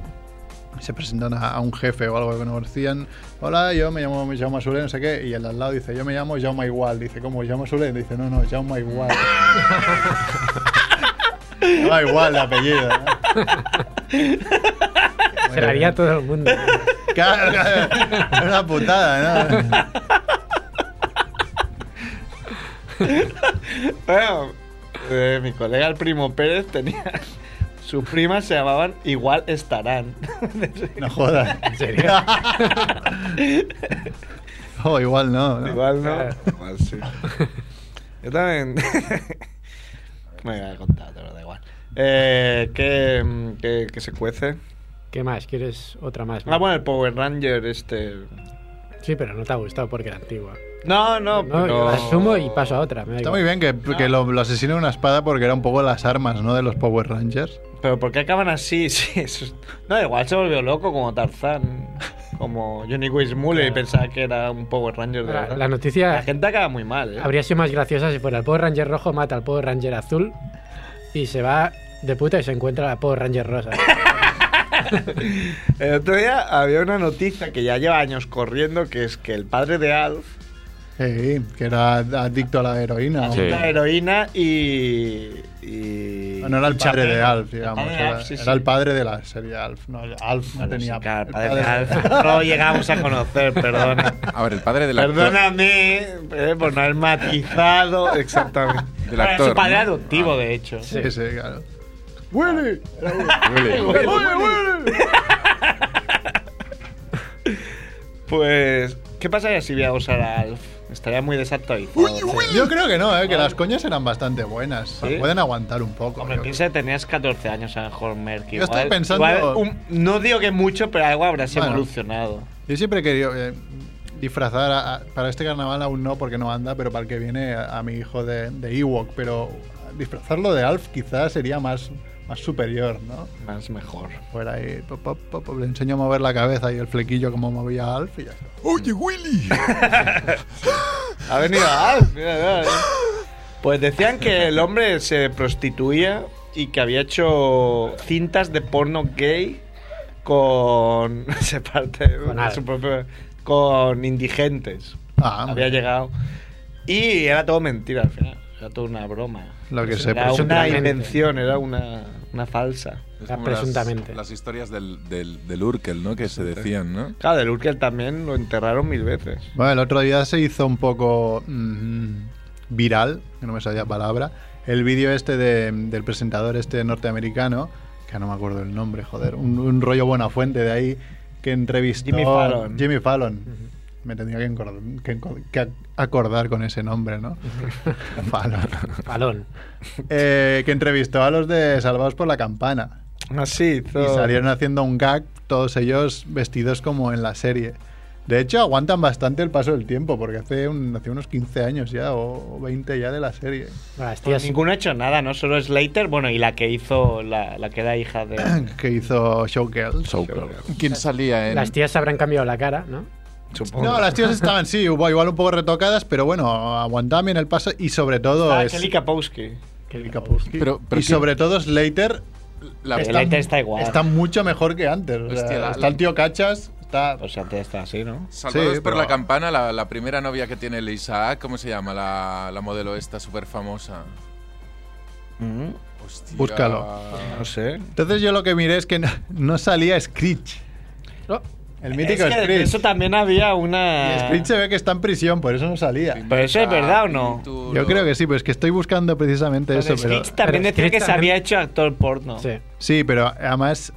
S4: se presentan a, a un jefe o algo que no conocían. Hola, yo me llamo Jaume Solé, no sé qué. Y el de al lado dice, yo me llamo Jaume Igual. Dice, ¿cómo? Jaume Solé. Dice, no, no, Jaume Igual. Jaume Igual de apellido. ¿no?
S2: Se la haría a todo el mundo.
S4: Claro, claro. Es una putada, ¿no?
S3: Bueno, eh, mi colega el primo Pérez tenía. Sus primas se llamaban Igual Estarán.
S4: No jodas.
S2: ¿En serio?
S4: Oh, igual no. ¿no?
S3: Igual no. Igual sí. Yo también. me voy a contar, pero da igual. Eh, ¿qué, mm, qué- qué se cuece?
S2: ¿Qué más? ¿Quieres otra más? no?
S3: Ah, bueno, el Power Ranger este.
S2: Sí, pero no te ha gustado porque era antigua.
S3: No, no,
S2: No, yo
S3: pero.
S2: la asumo y paso a otra. me da
S4: Está
S2: igual.
S4: muy bien que, que lo, lo asesine una espada porque era un poco las armas, ¿no? De los Power Rangers.
S3: Pero ¿por qué acaban así? Sí, eso es- No, igual se volvió loco como Tarzán. Como Johnny Weissmuller y pensaba que era un Power Ranger de
S2: La,
S3: verdad.
S2: la noticia
S3: La gente acaba muy mal, ¿eh?
S2: habría sido más graciosa si fuera el Power Ranger rojo mata al Power Ranger azul y se va de puta y se encuentra al Power Ranger rosa.
S3: El otro día había una noticia que ya lleva años corriendo, que es que el padre de Alf
S4: Sí, que era adicto a la heroína.
S5: Sí.
S3: la heroína y... y
S4: No era el padre de Alf, digamos.
S3: padre de
S4: era,
S3: Alf, sí,
S4: era
S3: sí.
S4: el padre de la serie Alf. No, Alf no
S3: Bueno, sí,
S4: tenía
S3: claro, el
S4: el
S3: padre de
S4: padre-
S3: Alf. No llegamos a conocer, perdona.
S6: A ver, el padre del actor.
S3: Perdóname eh, por no haber matizado exactamente.
S6: Del
S3: Bueno,
S6: actor,
S3: su padre
S6: ¿no?
S3: adoptivo, de hecho.
S4: Sí, sí, claro.
S3: ¡Willy!
S6: Huele.
S3: Pues, ¿qué pasaría si voy a usar a Alf? Estaría muy desactualizado.
S4: Yo creo que no, ¿eh? que las coñas eran bastante buenas.
S3: ¿Sí?
S4: Pueden aguantar un poco.
S3: Hombre,
S4: yo
S3: piensa que tenías 14 años a lo mejor, Merck.
S4: Yo
S3: Igual,
S4: estoy pensando-
S3: igual un- no digo que mucho, pero algo habrás
S4: Bueno.
S3: evolucionado.
S4: Yo siempre he querido eh, disfrazar a- a- para este carnaval aún no porque no anda, pero para el que viene a, a mi hijo de, de Ewok, pero disfrazarlo de Alf quizás sería más, más superior, ¿no?
S3: Más mejor.
S4: Fuera ahí, pop, pop, pop, pop, le enseño a mover la cabeza y el flequillo como movía Alf y ya está.
S6: ¡Oye, Willy!
S3: Ha venido Alf. mira, mira, mira. Pues decían que el hombre se prostituía y que había hecho cintas de porno gay con. Se parte de
S2: Con Alf.
S3: su propio- con indigentes.
S4: Ah,
S3: había
S4: hombre.
S3: llegado. Y era todo mentira al final. Era toda una broma.
S4: Lo que se
S3: era pues una
S2: presuntamente.
S3: invención, era una, una falsa.
S6: Es
S2: Ah,
S6: como las-
S2: presuntamente.
S6: Las, historias del, del, del Urkel, ¿no? Que se decían, ¿no?
S3: Claro, del Urkel también lo enterraron mil veces.
S4: Bueno, el otro día se hizo un poco mm, viral, que no me salía palabra, el vídeo este de- del presentador este norteamericano, que no me acuerdo el nombre, joder, un, un rollo buena fuente de ahí, que entrevistó...
S3: Jimmy Fallon.
S4: Jimmy Fallon. Me tendría que, encor- que encor- que ac- acordar con ese nombre, ¿no? Fallon.
S2: Palón.
S4: Eh, que entrevistó a los de Salvados por la Campana.
S3: Así
S4: Y salieron haciendo un gag, todos ellos vestidos como en la serie. De hecho, aguantan bastante el paso del tiempo, porque hace, un- hace unos 15 años ya, o 20 ya de la serie.
S2: Las tías
S3: Ninguno ha hecho nada, ¿no? Solo Slater, bueno, y la que hizo, la, la que era hija de...
S4: Que hizo Showgirls.
S6: ¿Quién salía en...?
S2: Las tías se habrán cambiado la cara, ¿no?
S3: Supongo.
S6: Oh.
S4: No, las tías estaban, sí, igual igual un poco retocadas, pero bueno, aguantaban bien el paso y sobre todo
S3: Ah,
S4: es...
S3: Kelly Kapowski.
S4: Kelly Kapowski.
S6: Pero- pero
S4: y
S6: ¿quién-
S4: sobre todo Slater
S6: La-
S3: Slater está igual.
S4: está mucho mejor que antes. o sea,
S6: Hostia, la-
S4: está el tío Cachas, Está,
S3: Pues antes está así, ¿no?
S6: Salvados
S4: Sí,
S6: por
S4: pero-
S6: la campana, la, la primera novia que tiene el Isaac, ¿cómo se llama? La, la modelo esta súper famosa. Hostia.
S4: Mm. Búscalo.
S3: No sé.
S4: Entonces yo lo que miré es que no, no salía Screech.
S2: Oh,
S4: El mítico
S3: es que de
S4: Screech.
S3: eso también había una.
S4: Screech se ve que está en prisión, por eso no salía.
S6: Pimienta,
S3: ¿Pero eso es verdad o no?
S6: pinturo.
S4: Yo creo que sí, pero es que estoy buscando precisamente eso. Pero,
S2: Screech-
S1: También
S2: Pero
S1: decía que se
S2: directamente-
S1: había hecho actor porno.
S2: sí.
S4: sí, pero además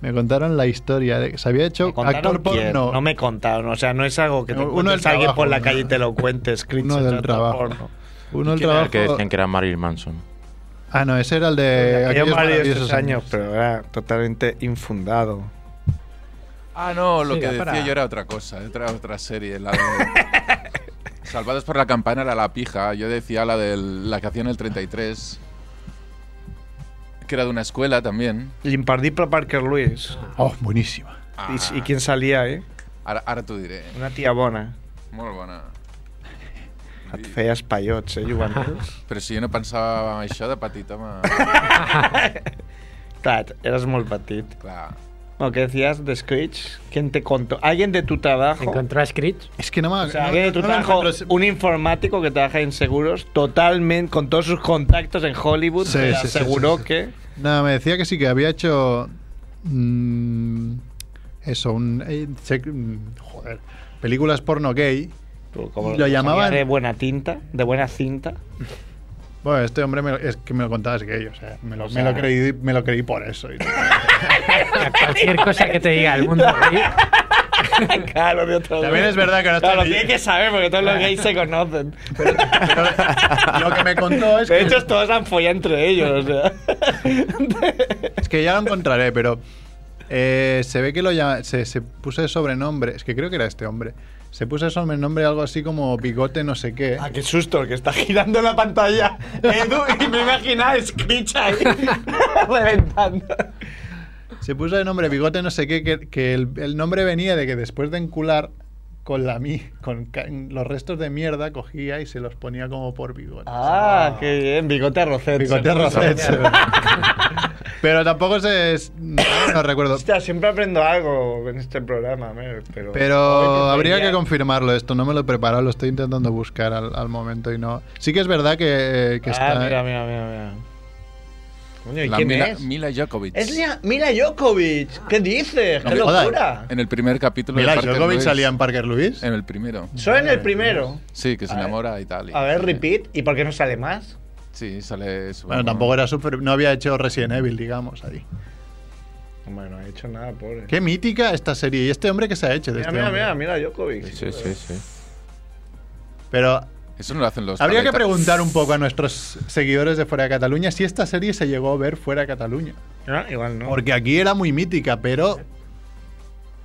S4: me contaron la historia de que se había hecho
S3: Me contaron
S4: actor
S3: quién.
S4: porno.
S3: No me contaron, o sea, no es algo que te
S4: Uno
S3: Uno
S4: del
S3: alguien
S4: trabajo,
S3: por la
S4: ¿no?
S3: calle y te lo cuente, Screech.
S4: Uno del
S3: actor
S4: trabajo.
S3: porno.
S4: Uno el
S5: ¿Quién era el
S4: trabajo.
S5: que decían que era Marilyn Manson?
S4: Ah, no, ese era el de
S3: Aquellos
S4: aquellos
S3: maravillosos
S4: maravillosos
S3: años, pero era totalmente infundado.
S6: Ah, no, lo
S2: Sí,
S6: que decía
S2: para-
S6: yo era otra cosa, otra, otra serie. La de- Salvados por la campana era la pija. Yo decía la de la que hacía en el 33. Que era de una escuela también.
S3: Limpardiple Parker Lewis.
S4: Oh, buenísima.
S6: Ah,
S3: Y, y quién salía, ¿eh?
S6: Ahora, ahora t'ho diré.
S3: Una tía bona.
S6: Molt bona.
S3: Et feies payots, eh, jugant.
S6: Però si jo no pensava en això de petit, home.
S3: Clar, eres molt petit.
S6: Clar.
S3: Lo que decías de Screech, ¿quién te contó? ¿Alguien de tu trabajo?
S2: Encontró a Screech.
S4: Es que no me
S3: O sea, alguien de tu trabajo,
S4: acuerdo.
S3: un informático que trabaja en seguros, totalmente, con todos sus contactos en Hollywood,
S4: Sí,
S3: te
S4: sí, sí,
S3: aseguró
S4: sí, sí.
S3: que...
S4: No, me decía que sí, que había hecho. mm, eso, un. eh, sec- mm, joder. Películas porno gay.
S3: tú, como
S4: Lo
S3: sabía
S4: llamaban-
S3: De buena tinta, de buena cinta.
S4: Bueno, este hombre me lo- es que me lo contaba así que yo, o sea, me lo,
S3: O sea-
S4: me lo creí, me lo creí por eso. y todo.
S2: A cualquier cosa que te diga el mundo gay,
S3: claro, de otro
S4: También es verdad que no está
S3: Claro, lo
S4: leyendo.
S3: tiene que saber porque todos los gays se conocen.
S4: Pero lo que me contó es
S3: de
S4: que,
S3: hecho, todos han follado entre ellos, o sea.
S4: es que ya lo encontraré, pero eh, se ve que lo llama, se, se puso de sobrenombre, es que creo que era este hombre. Se puso de sobrenombre algo así como bigote no sé qué.
S3: Ah, qué susto, que está girando la pantalla Edu y me imagina Screech ahí reventando.
S4: Se puso de nombre bigote no sé qué, que, que el, el nombre venía de que después de encular con la mi, con ca- los restos de mierda cogía y se los ponía como por bigote.
S3: Ah, qué bien, bigote arrocet.
S4: bigote rosé. pero tampoco se es- no, no recuerdo.
S3: Hostia, siempre aprendo algo en este programa, Mer, pero...
S4: Pero
S3: Joder,
S4: habría que
S3: sería-
S4: confirmarlo esto, no me lo he preparado, lo estoy intentando buscar al, al momento y no. Sí que es verdad que, eh, que
S3: ah,
S4: está.
S3: mira, mira, mira, mira. Coño, ¿y
S6: La
S3: quién
S6: Mila,
S3: es?
S6: Mila Djokovic.
S3: Es Lia- Mila Djokovic. ¿Qué dices?
S4: No
S3: ¡Qué
S4: me jodas.
S3: locura!
S6: En el primer capítulo
S4: Mira,
S6: de Parker
S4: Djokovic
S6: Lewis.
S4: salía en Parker Lewis.
S6: En el primero.
S3: Solo en el
S4: Eh,
S3: primero.
S6: Sí, que se
S3: A ver.
S6: enamora y tal. y-
S3: A ver, repeat. ¿Y por qué no sale más?
S6: Sí, sale eso.
S4: Bueno, tampoco era super. No había hecho Resident Evil, digamos, ahí.
S3: Hombre, no ha hecho nada, pobre.
S4: Qué mítica esta serie. Y este hombre que se ha hecho de
S3: Mira,
S4: este
S3: mira,
S4: hombre.
S3: mira, mira, Djokovic.
S5: Sí, sí, sí.
S4: Pero
S6: Eso no lo hacen los
S4: habría que
S6: paletas.
S4: preguntar un poco a nuestros seguidores de fuera de Cataluña si esta serie se llegó a ver fuera de Cataluña.
S3: Ah, igual no.
S4: Porque aquí era muy mítica, pero.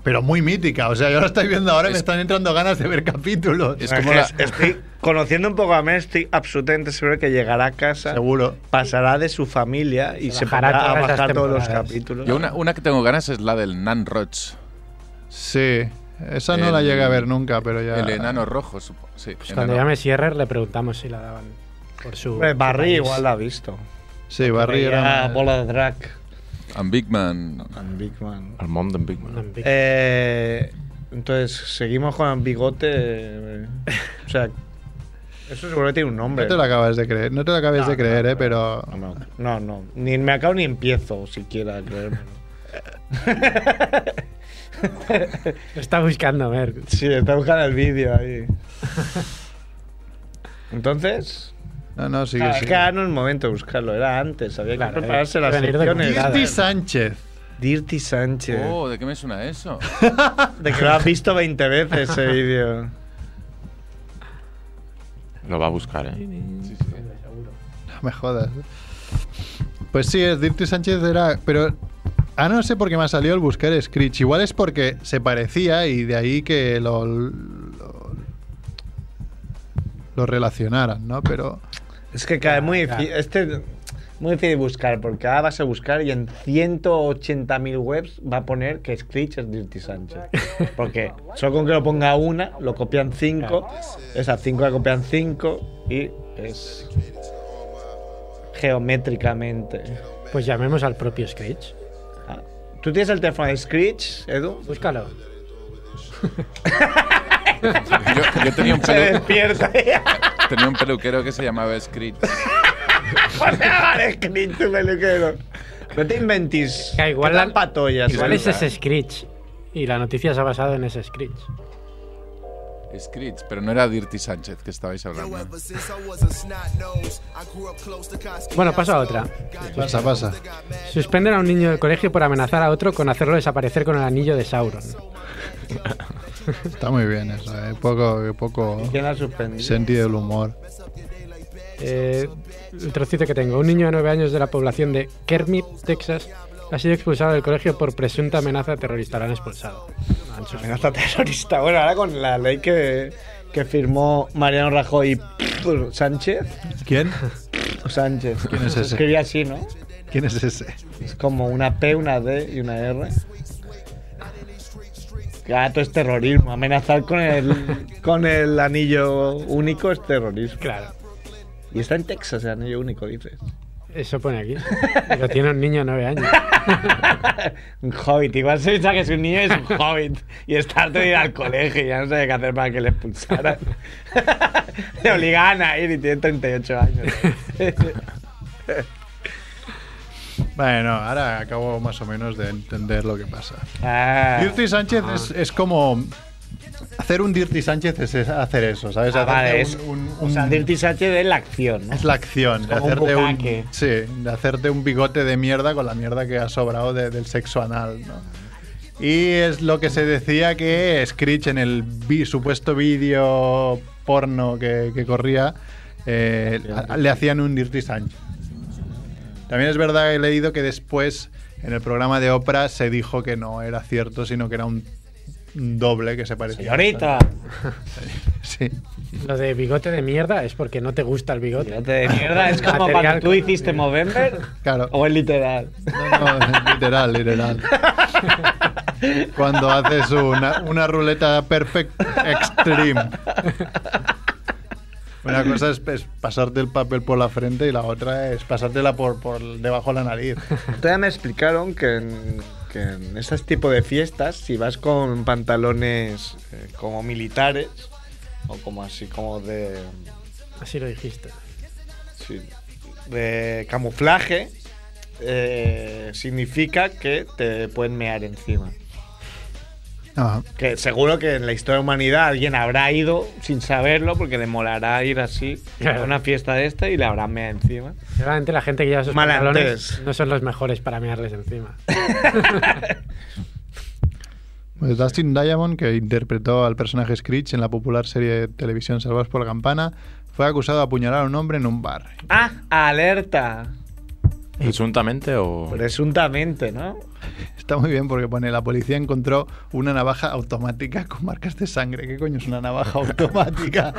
S4: Pero muy mítica. O sea, yo lo estoy viendo ahora y me
S6: Es-
S4: están entrando ganas de ver capítulos.
S6: Es
S3: Ah,
S6: como
S3: que
S6: la-
S3: es- Estoy conociendo un poco a Mer, estoy absolutamente seguro que llegará a casa,
S4: Seguro.
S3: pasará de su familia y
S2: Se
S3: se
S2: bajará
S3: pondrá a
S2: todas las
S3: bajar todos los
S2: temporadas.
S3: capítulos.
S6: Yo una, una que tengo ganas es la del Nan Roach.
S4: Sí, esa no la
S6: El-
S4: llegué a ver nunca, pero ya.
S6: El enano rojo, supongo. Sí,
S2: pues
S6: enano.
S2: cuando llame Sierrer le preguntamos si la daban por su.
S3: Hombre,
S2: su
S3: Barry
S2: país.
S3: igual la ha visto.
S4: Sí, Barry
S3: Ah,
S4: era.
S3: bola de drag.
S6: And Big Man.
S3: And Big Man.
S5: El món d'en Big Man.
S2: Mozambique.
S3: Eh, entonces, seguimos con bigote. eh, o sea, eso seguro que tiene un nombre.
S4: No te lo acabas de creer, no te lo acabes
S3: No,
S4: de creer,
S3: no,
S4: eh, pero.
S3: No, no, no, no. Ni me acabo ni empiezo siquiera a creérmelo.
S2: Lo está buscando, a ver.
S3: Sí, está buscando el vídeo ahí. Entonces,
S4: No, no, sigue,
S3: claro, es
S4: sigue.
S3: que ahora no es momento de buscarlo, era antes, había
S2: Claro,
S3: que prepararse las
S2: hay que venir de
S3: secciones.
S2: nada.
S4: Dirty Sánchez.
S3: Dirty Sánchez.
S6: Oh, ¿de qué me suena eso?
S3: De que lo has visto 20 veces ese vídeo.
S5: Lo va a buscar, eh.
S4: No me jodas. Pues sí, es Dirty Sánchez era. Pero. Ah, no sé por qué me ha salido el buscar Screech. Igual es porque se parecía y de ahí que lo. Lo, lo relacionaran, ¿no? Pero.
S3: Es que cae muy
S2: claro.
S3: difícil. Este muy difícil buscar, porque ahora vas a buscar y en 180.000 webs va a poner que Screech es Dirty Sánchez. Porque solo con que lo ponga una, lo copian cinco, esas cinco la copian cinco y es geométricamente.
S2: Pues llamemos al propio Screech.
S3: Ah. ¿Tú tienes el teléfono de Screech, Edu?
S2: Búscalo.
S6: Yo, yo tenía, un
S3: Se
S6: pelu-
S3: despierta.
S6: tenía un peluquero que se llamaba Screech.
S3: Joder, vale, escrito, peluquero. No te inventís.
S2: Que igual
S3: Qué
S2: la-
S3: tan patollas,
S2: Igual
S3: ¿eh?
S2: es ese Screech. Y la noticia se ha basado en ese Screech.
S6: Screech, pero no era Dirty Sánchez que estabais hablando.
S2: Bueno, paso a otra.
S4: Pasa, pues pasa.
S2: Suspenden a un niño del colegio por amenazar a otro con hacerlo desaparecer con el anillo de Sauron.
S4: Está muy bien eso, ¿eh? Poco, poco
S3: ¿Quién la suspendió?
S4: sentido del humor.
S2: Eh, el trocito que tengo. Un niño de 9 años de la población de Kermit, Texas, ha sido expulsado del colegio por presunta amenaza terrorista. Lo han expulsado. Lo han suspendido.
S3: Amenaza terrorista. Bueno, ahora con la ley que, que firmó Mariano Rajoy y Sánchez.
S4: ¿Quién?
S3: Sánchez.
S4: ¿Quién es
S3: Se
S4: ese?
S3: Escribía así, ¿no?
S4: ¿Quién es ese?
S3: Es como una P, una D y una R. Gato es terrorismo. Amenazar con el, con el anillo único es terrorismo.
S2: Claro.
S3: Y está en Texas el anillo único, dices.
S2: Eso pone aquí. Lo tiene un niño de 9 años.
S3: Un hobbit. Igual se piensa que es un niño y es un hobbit. Y es tarde de ir al colegio y ya no sabía qué hacer para que le expulsaran. le obligaban a ir y tiene 38 años.
S4: Bueno, ahora acabo más o menos de entender lo que pasa.
S3: ah,
S4: Dirty Sánchez es, es como. Hacer un Dirty Sánchez es es hacer eso, ¿sabes?
S3: ah, vale, es,
S4: Hacerte un-
S3: o
S4: un-
S3: sea,
S4: un-
S3: Dirty Sánchez es la acción, ¿no?
S4: Es la acción, de
S3: como un
S4: hacerte un,
S3: bucaque.
S4: sí, de hacerte un bigote de mierda con la mierda que ha sobrado de- del sexo anal, ¿no? Y es lo que se decía que Screech en el vi- supuesto vídeo porno que, que corría eh, a- le hacían un Dirty Sánchez. También es verdad que he leído que después en el programa de Oprah se dijo que no era cierto, sino que era un un doble que se parecía.
S3: Señorita,
S4: Sí.
S2: Lo de bigote de mierda es porque no te gusta el bigote.
S3: bigote de mierda, es como
S2: Material
S3: cuando tú
S2: como-
S3: hiciste Movember.
S4: Claro.
S3: O es literal.
S4: No, no, literal, literal. Cuando haces una, una ruleta perfect extreme. Una cosa es, es pasarte el papel por la frente y la otra es pasártela por, por debajo de la nariz.
S3: Todavía me explicaron que en, que en este tipo de fiestas, si vas con pantalones eh, como militares, o como así, como de,
S2: Así lo dijiste.
S3: sí, de camuflaje, eh, significa que te pueden mear encima.
S4: Ah,
S3: Que seguro que en la historia de la humanidad alguien habrá ido sin saberlo, porque le molará ir así a
S2: Claro.
S3: una fiesta de esta y le habrá meado encima.
S2: Seguramente la gente que lleva esos
S3: Malandés.
S2: pantalones no son los mejores para mirarles encima.
S4: pues Dustin Diamond, que interpretó al personaje Screech en la popular serie de televisión Salvados por la Campana, fue acusado de apuñalar a un hombre en un bar.
S3: ¡Ah! ¡Alerta!
S5: ¿Presuntamente o.?
S3: Presuntamente, ¿no?
S4: Está muy bien porque pone la policía encontró una navaja automática con marcas de sangre. ¿Qué coño es una navaja automática?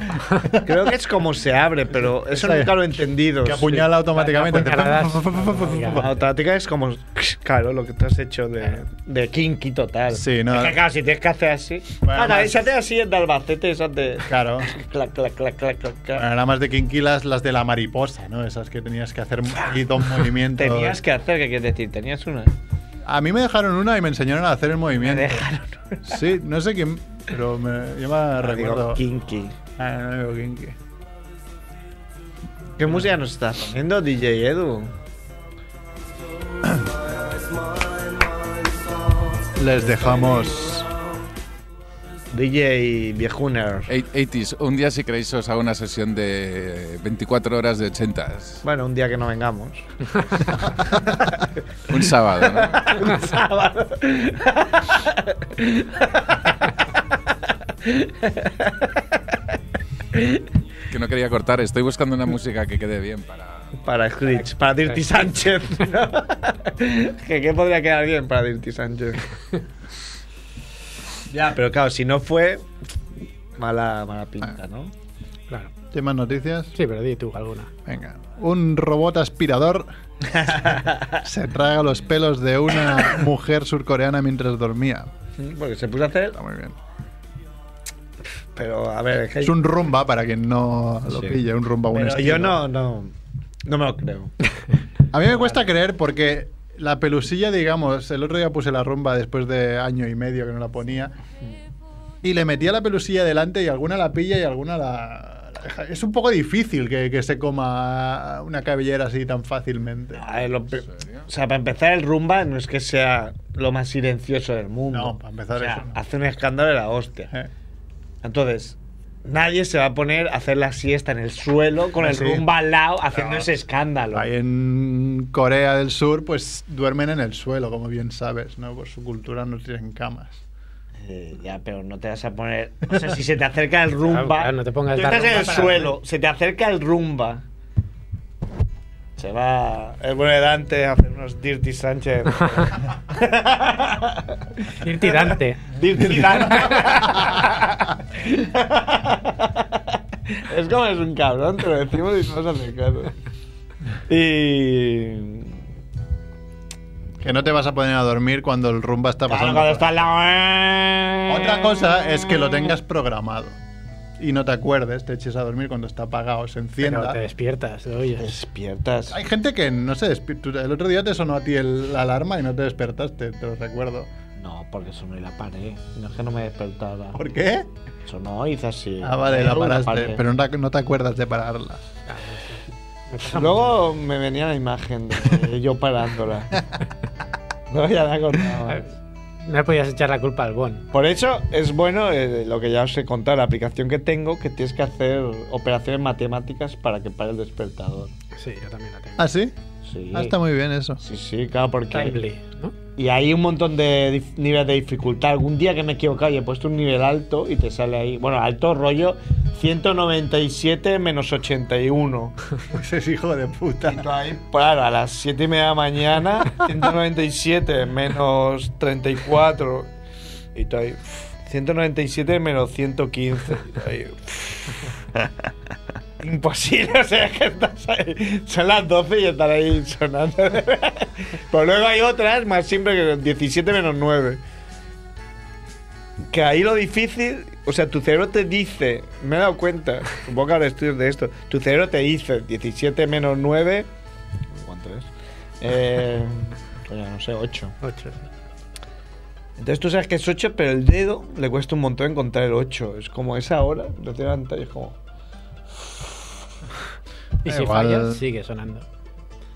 S3: Creo que es como se abre, pero eso
S4: Esa-
S3: nunca lo he entendido.
S4: que apuñala
S3: eh,
S4: automáticamente.
S2: Apuñaladas.
S3: La automática es como, claro, lo que te has hecho de, de kinky total.
S4: Sí, no.
S3: Es que, claro, si tienes que hacer así.
S4: Bueno,
S3: ah, no,
S4: además-
S3: esa te así es de Albacete, esa te.
S4: Claro.
S3: Clac, clac, clac, clac, clac, clac.
S4: Bueno, nada más de Kinky las, las de la mariposa, ¿no? Esas que tenías que hacer un poquito un movimiento.
S3: Tenías que hacer, ¿qué quieres decir? Tenías una.
S4: A mí me dejaron una y me enseñaron a hacer el
S3: Me
S4: movimiento.
S3: dejaron.
S4: Sí, no sé quién, pero me, yo me recuerdo.
S3: Digo, kinky.
S4: Ah, no, no digo Kinky.
S3: ¿Qué música nos estás poniendo, DJ Edu?
S4: Les dejamos.
S3: DJ Viejuner.
S4: Eh.
S6: Eight- 80s, un día si queréis os hago una sesión de 24 horas de 80s.
S3: Bueno, un día que no vengamos.
S6: Un sábado, ¿no?
S3: un sábado.
S6: Que no quería cortar, estoy buscando una música que quede bien para...
S3: Para Screech, para Dirty Sánchez. ¿no? ¿Que ¿Qué podría quedar bien para Dirty Sánchez? ya, pero claro, si no fue, mala, mala pinta, ¿no?
S2: Claro.
S4: ¿Tienes más noticias?
S2: Sí, pero di tú alguna.
S4: Venga. Un robot aspirador se traga los pelos de una mujer surcoreana mientras dormía.
S3: Porque se puso a hacer,
S4: Está muy bien.
S3: pero a ver, es que-
S4: Es un rumba para quien no lo
S5: Sí.
S4: pille, un rumba un
S3: pero
S4: estilo.
S3: yo no, no, no me lo creo.
S4: A mí me cuesta creer porque la pelusilla, digamos, el otro día puse la rumba después de año y medio que no la ponía. y le metía la pelusilla delante y alguna la pilla y alguna la, la deja. Es un poco difícil que, que se coma una cabellera así tan fácilmente.
S3: A ver, lo pri- o sea, para empezar, el rumba no es que sea lo más silencioso del mundo.
S4: No, para empezar
S3: O sea,
S4: eso no.
S3: Hace un escándalo de la hostia.
S4: Eh.
S3: Entonces, nadie se va a poner a hacer la siesta en el suelo con el
S4: ¿Ah, Sí.
S3: rumba al lado haciendo
S4: No.
S3: ese escándalo.
S4: Ahí en Corea del Sur, pues duermen en el suelo, como bien sabes, ¿no? Por su cultura no tienen camas.
S3: Eh, ya, pero no te vas a poner. O sea, si se te acerca el rumba.
S2: Claro, claro, no te pongas
S3: tú
S2: la
S3: estás en
S2: rumba
S3: el
S2: para-
S3: suelo, se te acerca el rumba. Se va el bueno de Dante a hacer unos Dirty Sánchez.
S2: Dirty Dante.
S3: Dirty Dante. es como es un cabrón, te lo decimos y no nos hace caso. Y.
S4: Que no te vas a poner a dormir cuando el rumba está
S3: Claro,
S4: pasando.
S3: cuando está al lado.
S4: Otra cosa es que lo tengas programado y no te acuerdes, te eches a dormir cuando está apagado, se
S2: Pero
S4: encienda.
S2: te despiertas, lo oyes.
S3: Despiertas.
S4: Hay gente que no se despierta. El otro día te sonó a ti el- la alarma y no te despertaste, te lo recuerdo.
S3: No, porque sonó y la paré. No es que no me despertaba.
S4: ¿Por qué?
S3: Sonó y hice así.
S4: Ah, vale, la
S3: Pero una
S4: paraste,
S3: paré.
S4: pero no te- no te acuerdas de pararla.
S3: Luego me venía la imagen de yo parándola. No, ya me acordaba.
S2: No le podías echar la culpa al Bon.
S3: Por eso es bueno eh, lo que ya os he contado, la aplicación que tengo, que tienes que hacer operaciones matemáticas para que pare el despertador.
S2: Sí, yo también la tengo.
S4: ¿Ah, sí?
S3: Sí.
S4: Ah, está muy bien eso.
S3: Sí, sí, claro, porque...
S2: Timely, ¿no?
S3: Y hay un montón de dif- niveles de dificultad. Algún día que me he equivocado y he puesto un nivel alto y te sale ahí. Bueno, alto rollo 197 menos 81.
S4: Ese Pues es hijo de puta.
S3: Y tú ahí, claro, a las 7 y media de la mañana, 197 menos 34. Y tú ahí, pff, 197 menos 115. Y tú ahí, pff. Imposible, o sea, es que estás ahí. Son las 12 y están ahí sonando. Pero luego hay otras más simples que son 17 menos 9. Que ahí lo difícil, o sea, tu cerebro te dice, me he dado cuenta, supongo que ahora estudios de esto, tu cerebro te dice 17 menos 9, ¿cuánto es? Eh, coño, no sé, 8.
S2: Ocho.
S3: Entonces tú sabes que es 8, pero el dedo le cuesta un montón encontrar el 8. Es como esa hora, lo te levantas y es como,
S2: Y
S4: Da
S2: si
S4: igual.
S2: fallas, sigue sonando.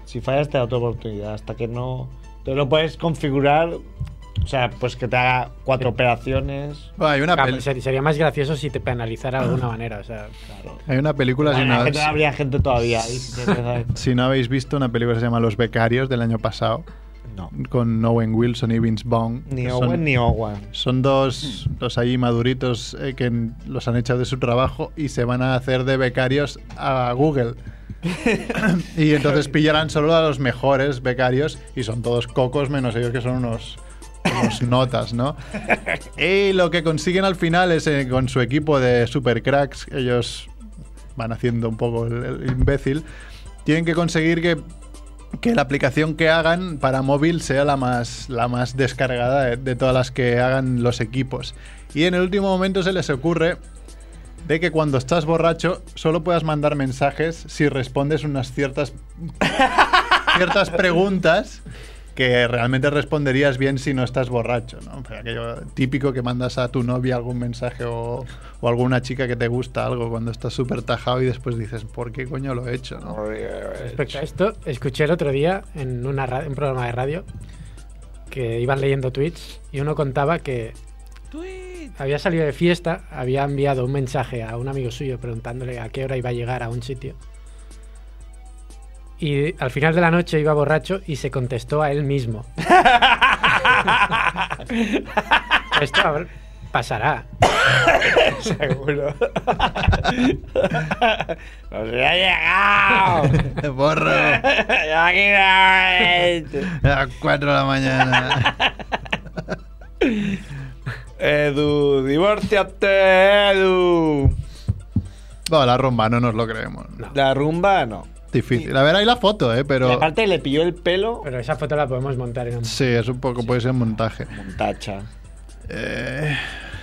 S3: si fallas te da otra oportunidad, hasta que no... Te lo puedes configurar, o sea, pues que te haga cuatro operaciones.
S4: Bueno, hay, una
S2: Claro,
S4: peli-
S2: ser- Sería más gracioso si te penalizara de
S4: Ah.
S2: alguna manera. O sea,
S4: hay una película, si
S3: Bueno,
S4: no,
S3: es que no habría gente todavía ahí. si te empiezas-
S4: si no habéis visto, una película que se llama Los Becarios del año pasado,
S3: No.
S4: con Owen Wilson y Vince Vaughn.
S3: Ni
S4: que
S3: Owen
S4: son,
S3: ni Owen.
S4: Son dos, dos ahí maduritos eh, que n- los han echado de su trabajo y se van a hacer de becarios a Google. y entonces pillarán solo a los mejores becarios y son todos cocos menos ellos que son unos, unos notas, ¿no? Y lo que consiguen al final es eh, con su equipo de supercracks, ellos van haciendo un poco el, el imbécil, tienen que conseguir que, que la aplicación que hagan para móvil sea la más, la más descargada de, de todas las que hagan los equipos. Y en el último momento se les ocurre de que cuando estás borracho solo puedas mandar mensajes si respondes unas ciertas, ciertas preguntas que realmente responderías bien si no estás borracho, ¿no? Pero aquello típico que mandas a tu novia algún mensaje o, o alguna chica que te gusta algo cuando estás súper tajado y después dices, ¿por qué coño lo he hecho? ¿no?
S2: respecto a esto, escuché el otro día en una ra- un programa de radio que iban leyendo tweets y uno contaba que había salido de fiesta, había enviado un mensaje a un amigo suyo preguntándole a qué hora iba a llegar a un sitio. Y al final de la noche iba borracho y se contestó a él mismo. Esto a ver, pasará.
S3: Seguro. ¡No se ha llegado!
S4: ¡Borro!
S3: Yo aquí no-
S4: A 4 de la mañana.
S3: Edu, divórciate, Edu.
S4: No, la rumba, no nos lo creemos.
S3: La rumba no.
S4: Difícil. A ver, ahí la foto, ¿eh?
S3: Y
S4: Pero...
S3: aparte le pilló el pelo
S2: Pero esa foto la podemos montar en un...
S4: Sí, es un poco, puede ser montaje.
S3: montacha.
S4: Eh,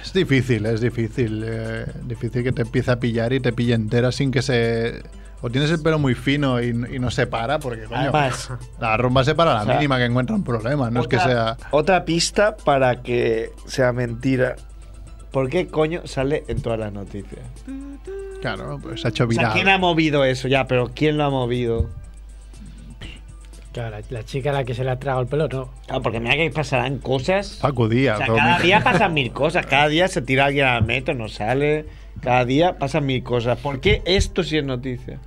S4: es difícil, es difícil. eh, difícil que te empiece a pillar y te pille entera sin que se. O tienes el pelo muy fino y, y no se para, porque coño,
S3: Además,
S4: la rumba se para a la
S3: o sea,
S4: mínima que encuentra un problema, no es que
S3: otra-
S4: sea.
S3: Otra pista para que sea mentira. ¿Por qué coño sale en todas las noticias?
S4: Claro, pues se ha hecho
S3: O sea,
S4: viral.
S3: ¿quién ha movido eso ya? Pero ¿quién lo ha movido?
S2: Claro, la, la chica a la que se le ha tragado el pelo, no.
S3: Claro, Ah, porque mira que pasarán cosas.
S4: Paco Díaz.
S3: O sea,
S4: todo
S3: cada
S4: mi-
S3: día pasan mil cosas. Cada día se tira alguien al metro, no sale. Cada día pasan mil cosas. ¿Por qué esto sí es noticia?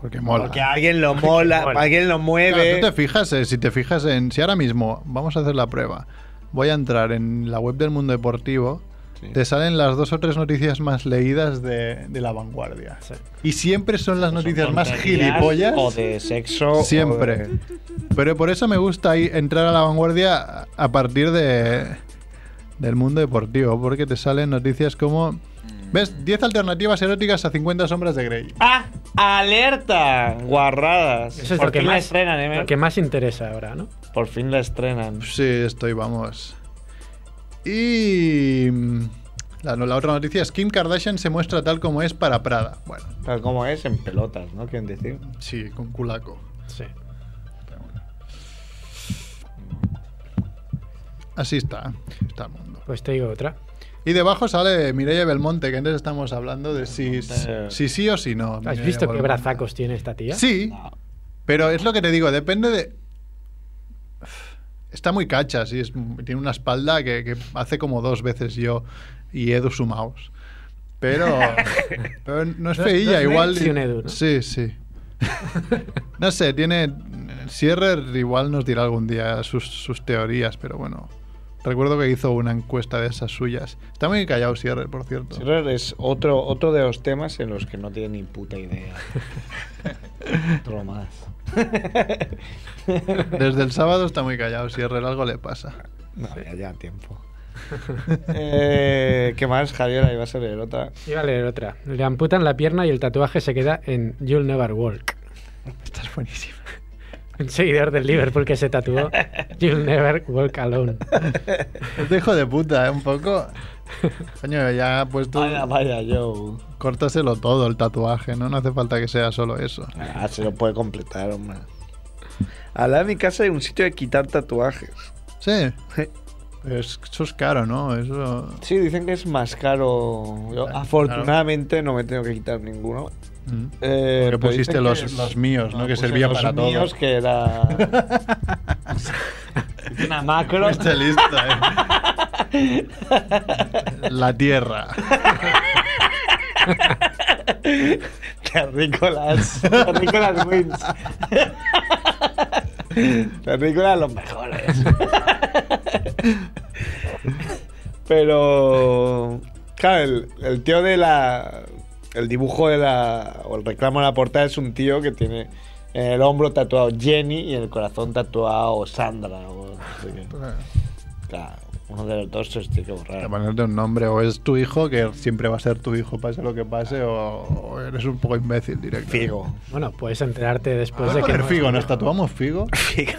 S4: Porque mola.
S3: Porque alguien lo mola,
S2: mola.
S3: alguien lo
S4: Claro,
S3: mueve.
S4: tú te fijas, eh, si te fijas en. Si ahora mismo vamos a hacer la prueba, voy a entrar en la web del mundo deportivo, te salen las dos o tres noticias más leídas de, de la vanguardia.
S2: Sí.
S4: Y siempre son las noticias más
S3: Tonterías
S4: gilipollas.
S3: O de sexo. o
S4: Siempre.
S3: de-
S4: Pero por eso me gusta ahí entrar a la vanguardia a partir de del mundo deportivo, porque te salen noticias como ¿Ves? 10 alternativas eróticas a 50 sombras de Grey.
S3: ¡Ah! ¡Alerta! Guarradas.
S2: Eso es
S3: Por
S2: lo que,
S3: fin la
S2: más,
S3: estrenan, ¿eh?
S2: lo que más interesa ahora, ¿no?
S3: Por fin la estrenan.
S4: Sí, estoy, vamos. Y mm, la, no, la otra noticia es Kim Kardashian se muestra tal como es para Prada. Bueno,
S3: Tal como es, en pelotas, ¿no? Quieren decir.
S4: sí, con culaco.
S2: Sí.
S4: Así está, está el mundo.
S2: Pues te digo otra.
S4: Y debajo sale Mireia Belmonte, que antes estamos hablando de si,
S3: Belmonte.
S4: si sí o si no.
S2: ¿Has
S4: Mireia
S2: visto qué
S4: Belmonte.
S2: brazacos tiene esta tía?
S4: Sí, pero es lo que te digo, depende de... Está muy cacha, sí, es- tiene una espalda que, que hace como dos veces yo y Edu sumaos. Pero, pero no es
S2: No-
S4: feilla,
S2: no es
S4: igual...
S2: Nelson Edu, ¿no?
S4: Sí, sí. No sé, tiene... Sierrer igual nos dirá algún día sus, sus teorías, pero bueno. Recuerdo que hizo una encuesta de esas suyas. Está muy callado Sierrer, por cierto.
S3: Thriller es otro, otro de los temas en los que no tiene ni puta idea. otro más.
S4: Desde el sábado está muy callado Sierrer, algo le pasa.
S3: No, ya, ya tiempo. Eh, ¿Qué más, Javier? Ahí va a ser el otra.
S2: Iba a leer otra. Le amputan la pierna y el tatuaje se queda en You'll Never Walk.
S4: Estás buenísimo.
S2: Un seguidor del Liverpool que se tatuó You'll Never Walk Alone.
S4: Este hijo de puta, ¿eh? Un poco. Coño, ya ha puesto.
S3: Vaya, vaya, yo.
S4: Córtaselo todo el tatuaje, ¿no? No hace falta que sea solo eso.
S3: Ah, se lo puede completar, hombre. Al lado de mi casa hay un sitio de quitar tatuajes.
S4: Sí. Es- eso es caro, ¿no? Eso.
S3: Sí, dicen que es más caro. Yo,
S4: Claro.
S3: afortunadamente no me tengo que quitar ninguno.
S4: Mm.
S3: Eh,
S4: Porque
S3: pero
S4: pusiste
S3: dicen
S4: los- los míos, ¿no? Que
S3: puse
S4: servía
S3: los
S4: para todo.
S3: míos que era. una macro.
S4: Está listo, ¿eh? La tierra.
S3: Terrícolas. Terrícolas wins. Terrícolas los mejores. Pero. Claro, el, el tío de la. El dibujo de la. O el reclamo de la portada es un tío que tiene en el hombro tatuado Jenny y en el corazón tatuado Sandra. o no sé qué. Claro, uno de los dos este, se los tiene que
S4: Para
S3: borrar.
S4: ponerte un nombre, o es tu hijo, que siempre va a ser tu hijo, pase lo que pase, o, o eres un poco imbécil directo.
S3: Figo. Pues
S2: Bueno, puedes enterarte después
S4: ¿Puedes
S2: de que.
S4: poner
S2: no-
S4: Figo? ¿Nos tatuamos Figo?
S3: Figo.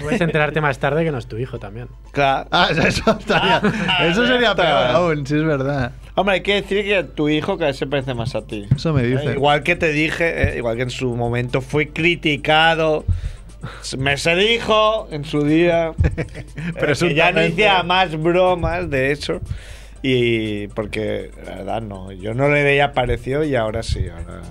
S2: Puedes enterarte más tarde que no es tu hijo también.
S3: Claro.
S4: Ah, eso, estaría,
S3: Ah,
S4: eso sería
S3: alerta.
S4: peor aún, sí es verdad.
S3: Hombre, hay que decir que tu hijo cada vez se parece más a ti.
S4: Eso me
S3: Eh,
S4: dice.
S3: Igual que te dije, eh, igual que en su momento fui criticado, me se dijo en su día, pero que ya no
S4: Presuntamente.
S3: hacía más bromas de eso. Y porque, la verdad, no, yo no le veía parecido y ahora sí, ahora...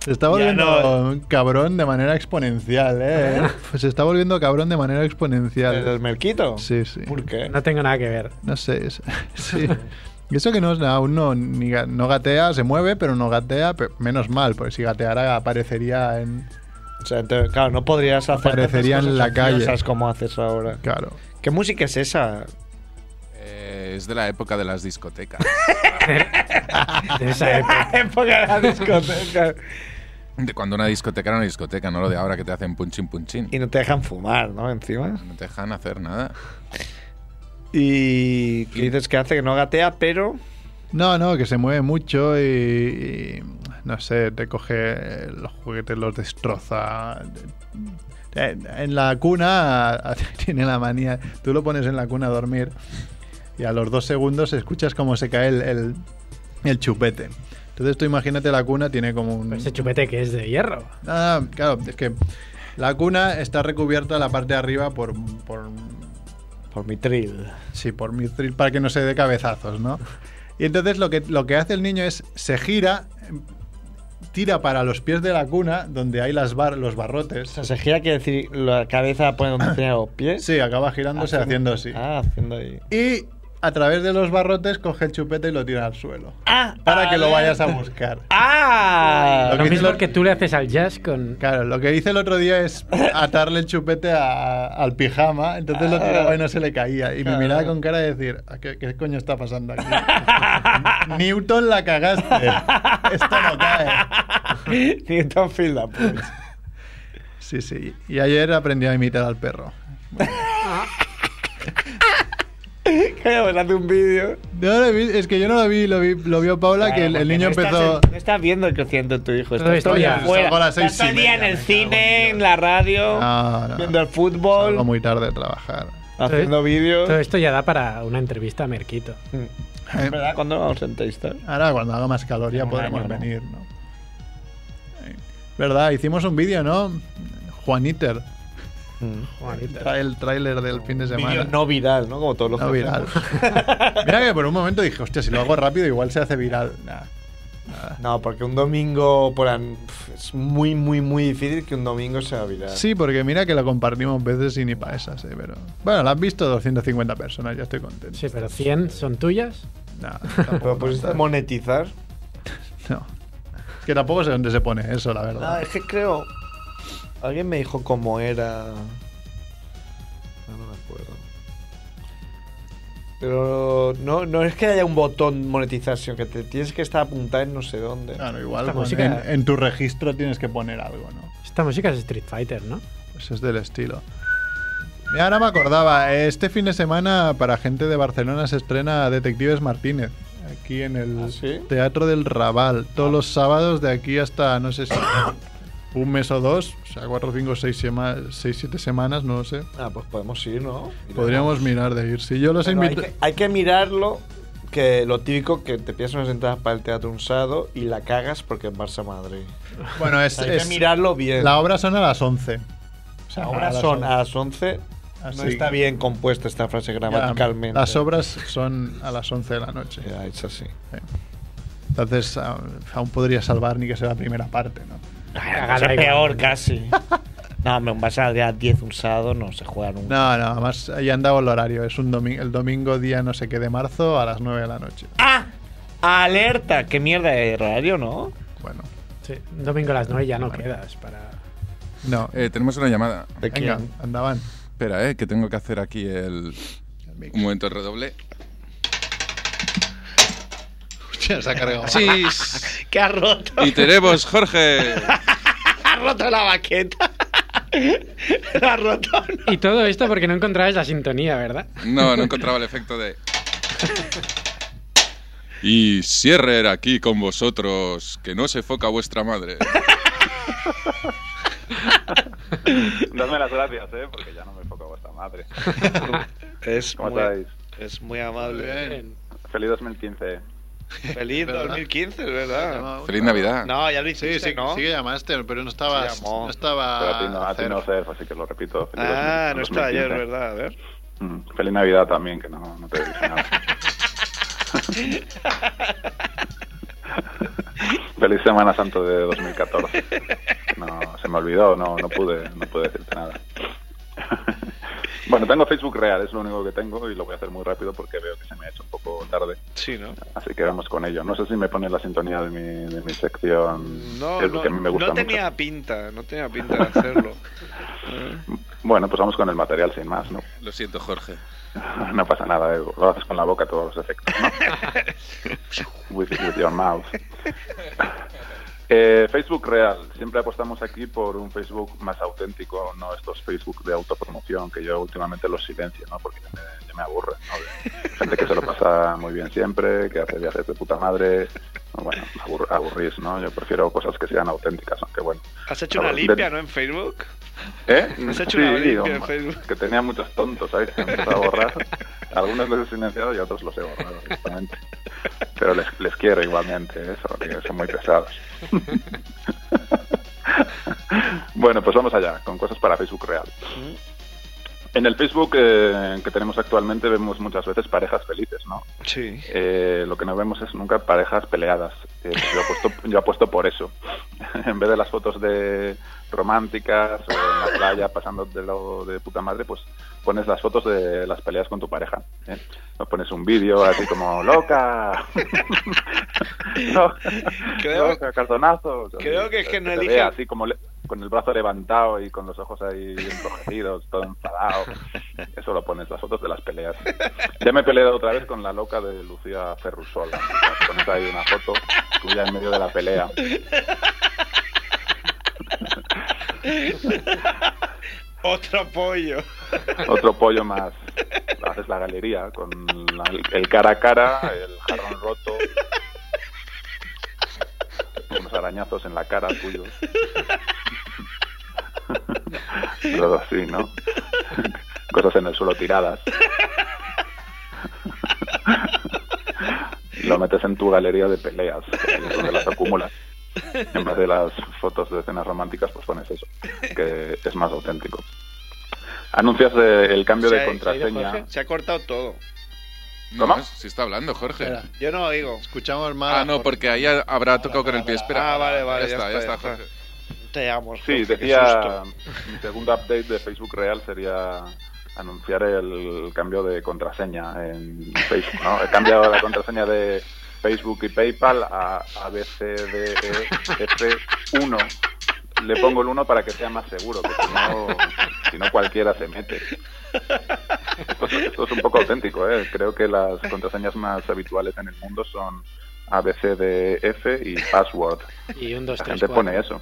S4: Se está volviendo
S3: Ya
S4: cabrón de manera exponencial, ¿eh? Pues se está volviendo cabrón de manera
S3: ¿El
S4: exponencial.
S3: del Merquito?
S4: Sí, sí.
S3: ¿Por qué?
S2: No tengo nada que ver.
S4: No sé. es- sí. Y Eso que no, es nada, aún no, ni ga- no gatea, se mueve, pero no gatea, pe- menos mal, porque si gateara aparecería en...
S3: O sea, entonces, claro, no podrías hacer
S4: Aparecería
S3: tantas
S4: en la
S3: cosas
S4: calle.
S3: ociosas como haces ahora.
S4: Claro.
S3: ¿Qué música es esa?
S6: Eh, es de la época de las discotecas.
S2: De esa época.
S3: época de la discoteca.
S6: De cuando una discoteca era una discoteca, no lo de ahora que te hacen punchín punchín.
S3: Y no te dejan fumar, ¿no? Encima.
S6: No te dejan hacer nada.
S3: Y que dices que hace que no gatea, pero
S4: No, no, que se mueve mucho y, y, no sé, te coge los juguetes, los destroza. Eh, En la cuna tiene la manía. Tú lo pones en la cuna a dormir y a los dos segundos escuchas cómo se cae el, el- el chupete. Entonces tú imagínate la cuna tiene como un...
S2: Pues Ese chupete que es de hierro.
S4: Ah, claro, es que la cuna está recubierta la parte de arriba por, por,
S8: Por mi trill.
S4: Sí, por mithril, para que no se dé cabezazos, ¿no? Y entonces lo que, lo que hace el niño es se gira, tira para los pies de la cuna, donde hay las bar- los barrotes.
S3: O sea, se gira, quiere decir, la cabeza pone donde tenía los pies.
S4: Sí, acaba girándose haciendo así.
S3: Ah, haciendo ahí.
S4: Y a través de los barrotes coge el chupete y lo tira al suelo.
S3: Ah,
S4: Para que lo
S3: vale.
S4: vayas a buscar.
S3: Ah,
S4: Lo
S2: Lo
S4: que
S2: mismo
S4: hizo-
S2: que tú le haces al jazz con.
S4: Claro, lo que hice el otro día es atarle el chupete a- al pijama, entonces lo tiraba y no se le caía. Y me miraba con cara de decir, "¿A ¿qué, qué coño está pasando aquí? Este, Newton la cagaste. Esto no cae.
S3: Newton Fila, pues.
S4: Sí, sí. Y ayer aprendí a imitar al perro.
S3: Coño, pues hace un vídeo.
S4: No lo vi- es que yo no lo vi, lo, vi, lo vio Paula, Ah, que el, el niño
S3: Claro, porque no
S4: empezó...
S3: Estás, no estás viendo el creciente de tu hijo.
S2: Todo
S3: Estás todo el
S2: esto
S3: día
S2: ya.
S3: fuera.
S4: Salgo a las
S3: Estás
S4: seis Ah,
S3: todo el
S4: y
S3: día en
S4: media,
S3: el
S4: me cago en
S3: cine,
S4: Dios.
S3: en la radio,
S4: Ah, No, no.
S3: viendo el
S4: Salgo
S3: fútbol,
S4: muy tarde a trabajar.
S3: haciendo
S2: Todo-
S3: vídeos.
S2: Todo esto ya da para una entrevista a Merquito.
S4: Eh,
S3: ¿Verdad? ¿Cuándo vamos a entrevistar?
S4: Ahora cuando haga más calor ya
S3: En un
S4: podremos
S3: año, ¿no?
S4: venir, ¿no? Eh, ¿Verdad? Hicimos un vídeo, ¿no? Juaniter. Tra- El tráiler del fin de semana.
S3: Vídeo no viral, ¿no? Como todos los
S4: No
S3: que
S4: viral.
S3: hacemos.
S4: Mira que por un momento dije, hostia, si lo hago rápido igual se hace viral. Nah.
S3: No, porque un domingo por an- pf, es muy, muy, muy difícil que un domingo sea viral.
S4: Sí, porque mira que lo compartimos veces y ni para esas, ¿eh? Pero... Bueno, lo han visto 250 personas, ya estoy contento.
S2: Sí, pero 100 son tuyas.
S4: Nah,
S3: Pero
S4: tampoco
S3: pusiste
S4: tanto.
S3: monetizar.
S4: No. Es que tampoco sé dónde se pone eso, la verdad.
S3: No, es que creo. Alguien me dijo cómo era. No, no me acuerdo. Pero no, no es que haya un botón monetizar, sino que te tienes que estar apuntada en no sé dónde.
S4: Claro, igual
S2: Esta
S4: pone-
S2: música-
S4: en, en tu registro tienes que poner algo, ¿no?
S2: Esta música es Street Fighter, ¿no?
S4: Eso Pues es del estilo. Y ahora me acordaba, este fin de semana para gente de Barcelona se estrena Detectives Martínez, aquí en el
S3: ¿Ah, sí? Ah.
S4: Teatro del Raval, todos los sábados de aquí hasta, no sé si un mes o dos, o sea, cuatro, cinco, seis, sema- seis siete semanas, no lo sé.
S3: Ah, pues podemos ir, ¿no?
S4: Podríamos mirar de ir. Si yo los
S3: Pero hay,
S4: invito...
S3: que, hay que mirarlo, que lo típico que te pides unas entradas para el teatro un sábado y la cagas porque es Barça-Madrid.
S4: Bueno, es...
S3: Hay que
S4: es-
S3: mirarlo bien.
S4: la obra son a las 11. O sea,
S3: Ahora
S4: a las
S3: son
S4: 11.
S3: a las 11. No
S4: Así.
S3: está bien compuesta esta frase gramaticalmente.
S4: Las obras son a las 11 de la noche.
S3: Ya, es así.
S4: Entonces a- aún podría salvar ni que sea la primera parte, ¿no?
S3: Cagada peor casi. No, me vas a día 10 un sábado, no se juega nunca.
S4: No, no, además ya han dado el horario. Es un domingo, el domingo día no sé qué de marzo a las 9 de la noche.
S3: ¡Ah! ¡Alerta! ¡Qué mierda de radio, no!
S4: Bueno,
S2: Sí, un domingo a las 9 ya no quedas para.
S4: no.
S6: Eh, tenemos una llamada.
S3: ¿De
S4: Venga, andaban.
S6: Espera, eh, que tengo que hacer aquí el. Un momento, el redoble.
S4: Hostia, se ha cargado.
S6: Sí.
S3: ¡Que ha roto!
S6: Y tenemos, Jorge.
S3: ¡Ha roto la baqueta! ¡La ha roto!
S2: Y todo esto porque no encontrabas la sintonía, ¿verdad?
S6: No, no encontraba el efecto de. Y cierre era aquí con vosotros, que no se foca vuestra madre.
S9: Dadme las gracias, ¿eh? Porque ya no me enfoco a vuestra madre.
S3: Es
S9: ¿Cómo
S3: muy,
S9: estáis?
S3: es muy amable.
S9: Feliz 2015.
S3: Feliz 2015, es ¿verdad?
S6: Feliz Navidad.
S3: No, ya lo hiciste,
S4: Ah, Sí, sí,
S3: ¿no?
S4: sí que llamaste, pero no estaba.
S3: Sí, llamó.
S4: No
S9: Pero a ti no,
S4: estaba.
S9: a ti no
S4: cero.
S9: sé, así que lo repito. Feliz
S3: Ah,
S9: 2000-
S3: no está ayer,
S9: 2015.
S3: ¿verdad? A ver.
S9: Mm, Feliz Navidad también, que no, no te dije nada. Feliz Semana Santo de 2014. No, se me olvidó, no, no pude, no pude decirte nada. Bueno, tengo Facebook real, es lo único que tengo y lo voy a hacer muy rápido porque veo que se me ha hecho un poco tarde.
S3: Sí, ¿no?
S9: Así que vamos con ello. No sé si me pone la sintonía de mi, de mi sección.
S3: No,
S9: que es lo
S3: no,
S9: que a mí me gusta
S3: no tenía
S9: mucho.
S3: pinta, no tenía pinta de hacerlo.
S9: Bueno, pues vamos con el material sin más, ¿no?
S6: Lo siento, Jorge.
S9: No pasa nada, eh, lo haces con la boca todos los efectos, ¿no? with, with your mouth. Eh, Facebook real. Siempre apostamos aquí por un Facebook más auténtico, no estos Facebook de autopromoción que yo últimamente los silencio, ¿no? Porque ya me, ya me aburre, ¿no? De gente que se lo pasa muy bien siempre, que hace viajes de puta madre. Bueno, abur- aburrís, ¿no? Yo prefiero cosas que sean auténticas, aunque bueno.
S3: ¿Has hecho una
S9: Claro,
S3: limpia,
S9: de-
S3: no? En Facebook.
S9: ¿Eh?
S3: Has hecho una limpia en
S9: hombre,
S3: Facebook.
S9: Que tenía muchos tontos ahí, que han empezado a borrar. Algunos los he silenciado y otros los he borrado, justamente. Pero les, les quiero igualmente, ¿eh? eso, que son muy pesados. bueno, pues vamos allá, con cosas para Facebook Real. En el Facebook eh, que tenemos actualmente vemos muchas veces parejas felices, ¿no?
S10: Sí.
S9: Eh, lo que no vemos es nunca parejas peleadas. Eh, yo, apuesto, yo apuesto por eso. en vez de las fotos de románticas o en la playa pasando de lo de puta madre, pues pones las fotos de las peleas con tu pareja. ¿eh? Nos pones un vídeo así como loca. loca,
S10: Creo-
S9: loca, cartonazos.
S10: creo que es que no
S9: te
S10: elige-
S9: vea Así como le- con el brazo levantado y con los ojos ahí enrojecidos, todo enfadado. Eso lo pones, las fotos de las peleas. Ya me he peleado otra vez con la loca de Lucía Ferrusola. Pones ahí una foto tuya en medio de la pelea.
S10: Otro pollo.
S9: Otro pollo más. Haces la galería con la- el cara a cara, el jarrón roto. Unos arañazos en la cara tuyos. Todo así, ¿no? Cosas en el suelo tiradas. Lo metes en tu galería de peleas, donde las acumulas. En vez de las fotos de escenas románticas, pues pones eso, que es más auténtico. Anuncias eh, el cambio
S10: Se
S9: de
S10: ha-
S9: contraseña.
S10: Se ha cortado todo.
S6: No,
S9: ¿Cómo?
S6: si está hablando Jorge.
S4: Espera,
S10: Yo no oigo.
S4: escuchamos más.
S6: Ah, no, porque ahí ha- habrá tocado con el pie. Espera.
S10: Ah, vale, vale, ya
S6: Ya, está, ya
S10: está,
S6: está,
S10: ya
S6: Jorge.
S10: Te amo.
S2: Pues
S10: Jorge,
S9: Sí,
S10: qué
S9: decía,
S10: susto.
S9: mi segundo update de Facebook Real sería anunciar el cambio de contraseña en Facebook, ¿no? He cambiado la contraseña de Facebook y PayPal a ABCDEF1. E Le pongo el 1 para que sea más seguro, que si no, si no cualquiera se mete. Esto, es- esto es un poco auténtico, ¿eh? Creo que las contraseñas más habituales en el mundo son ABCDEF E y password.
S2: Y un, dos,
S9: La
S2: tres,
S9: gente
S2: cuatro.
S9: pone ¿eh? eso.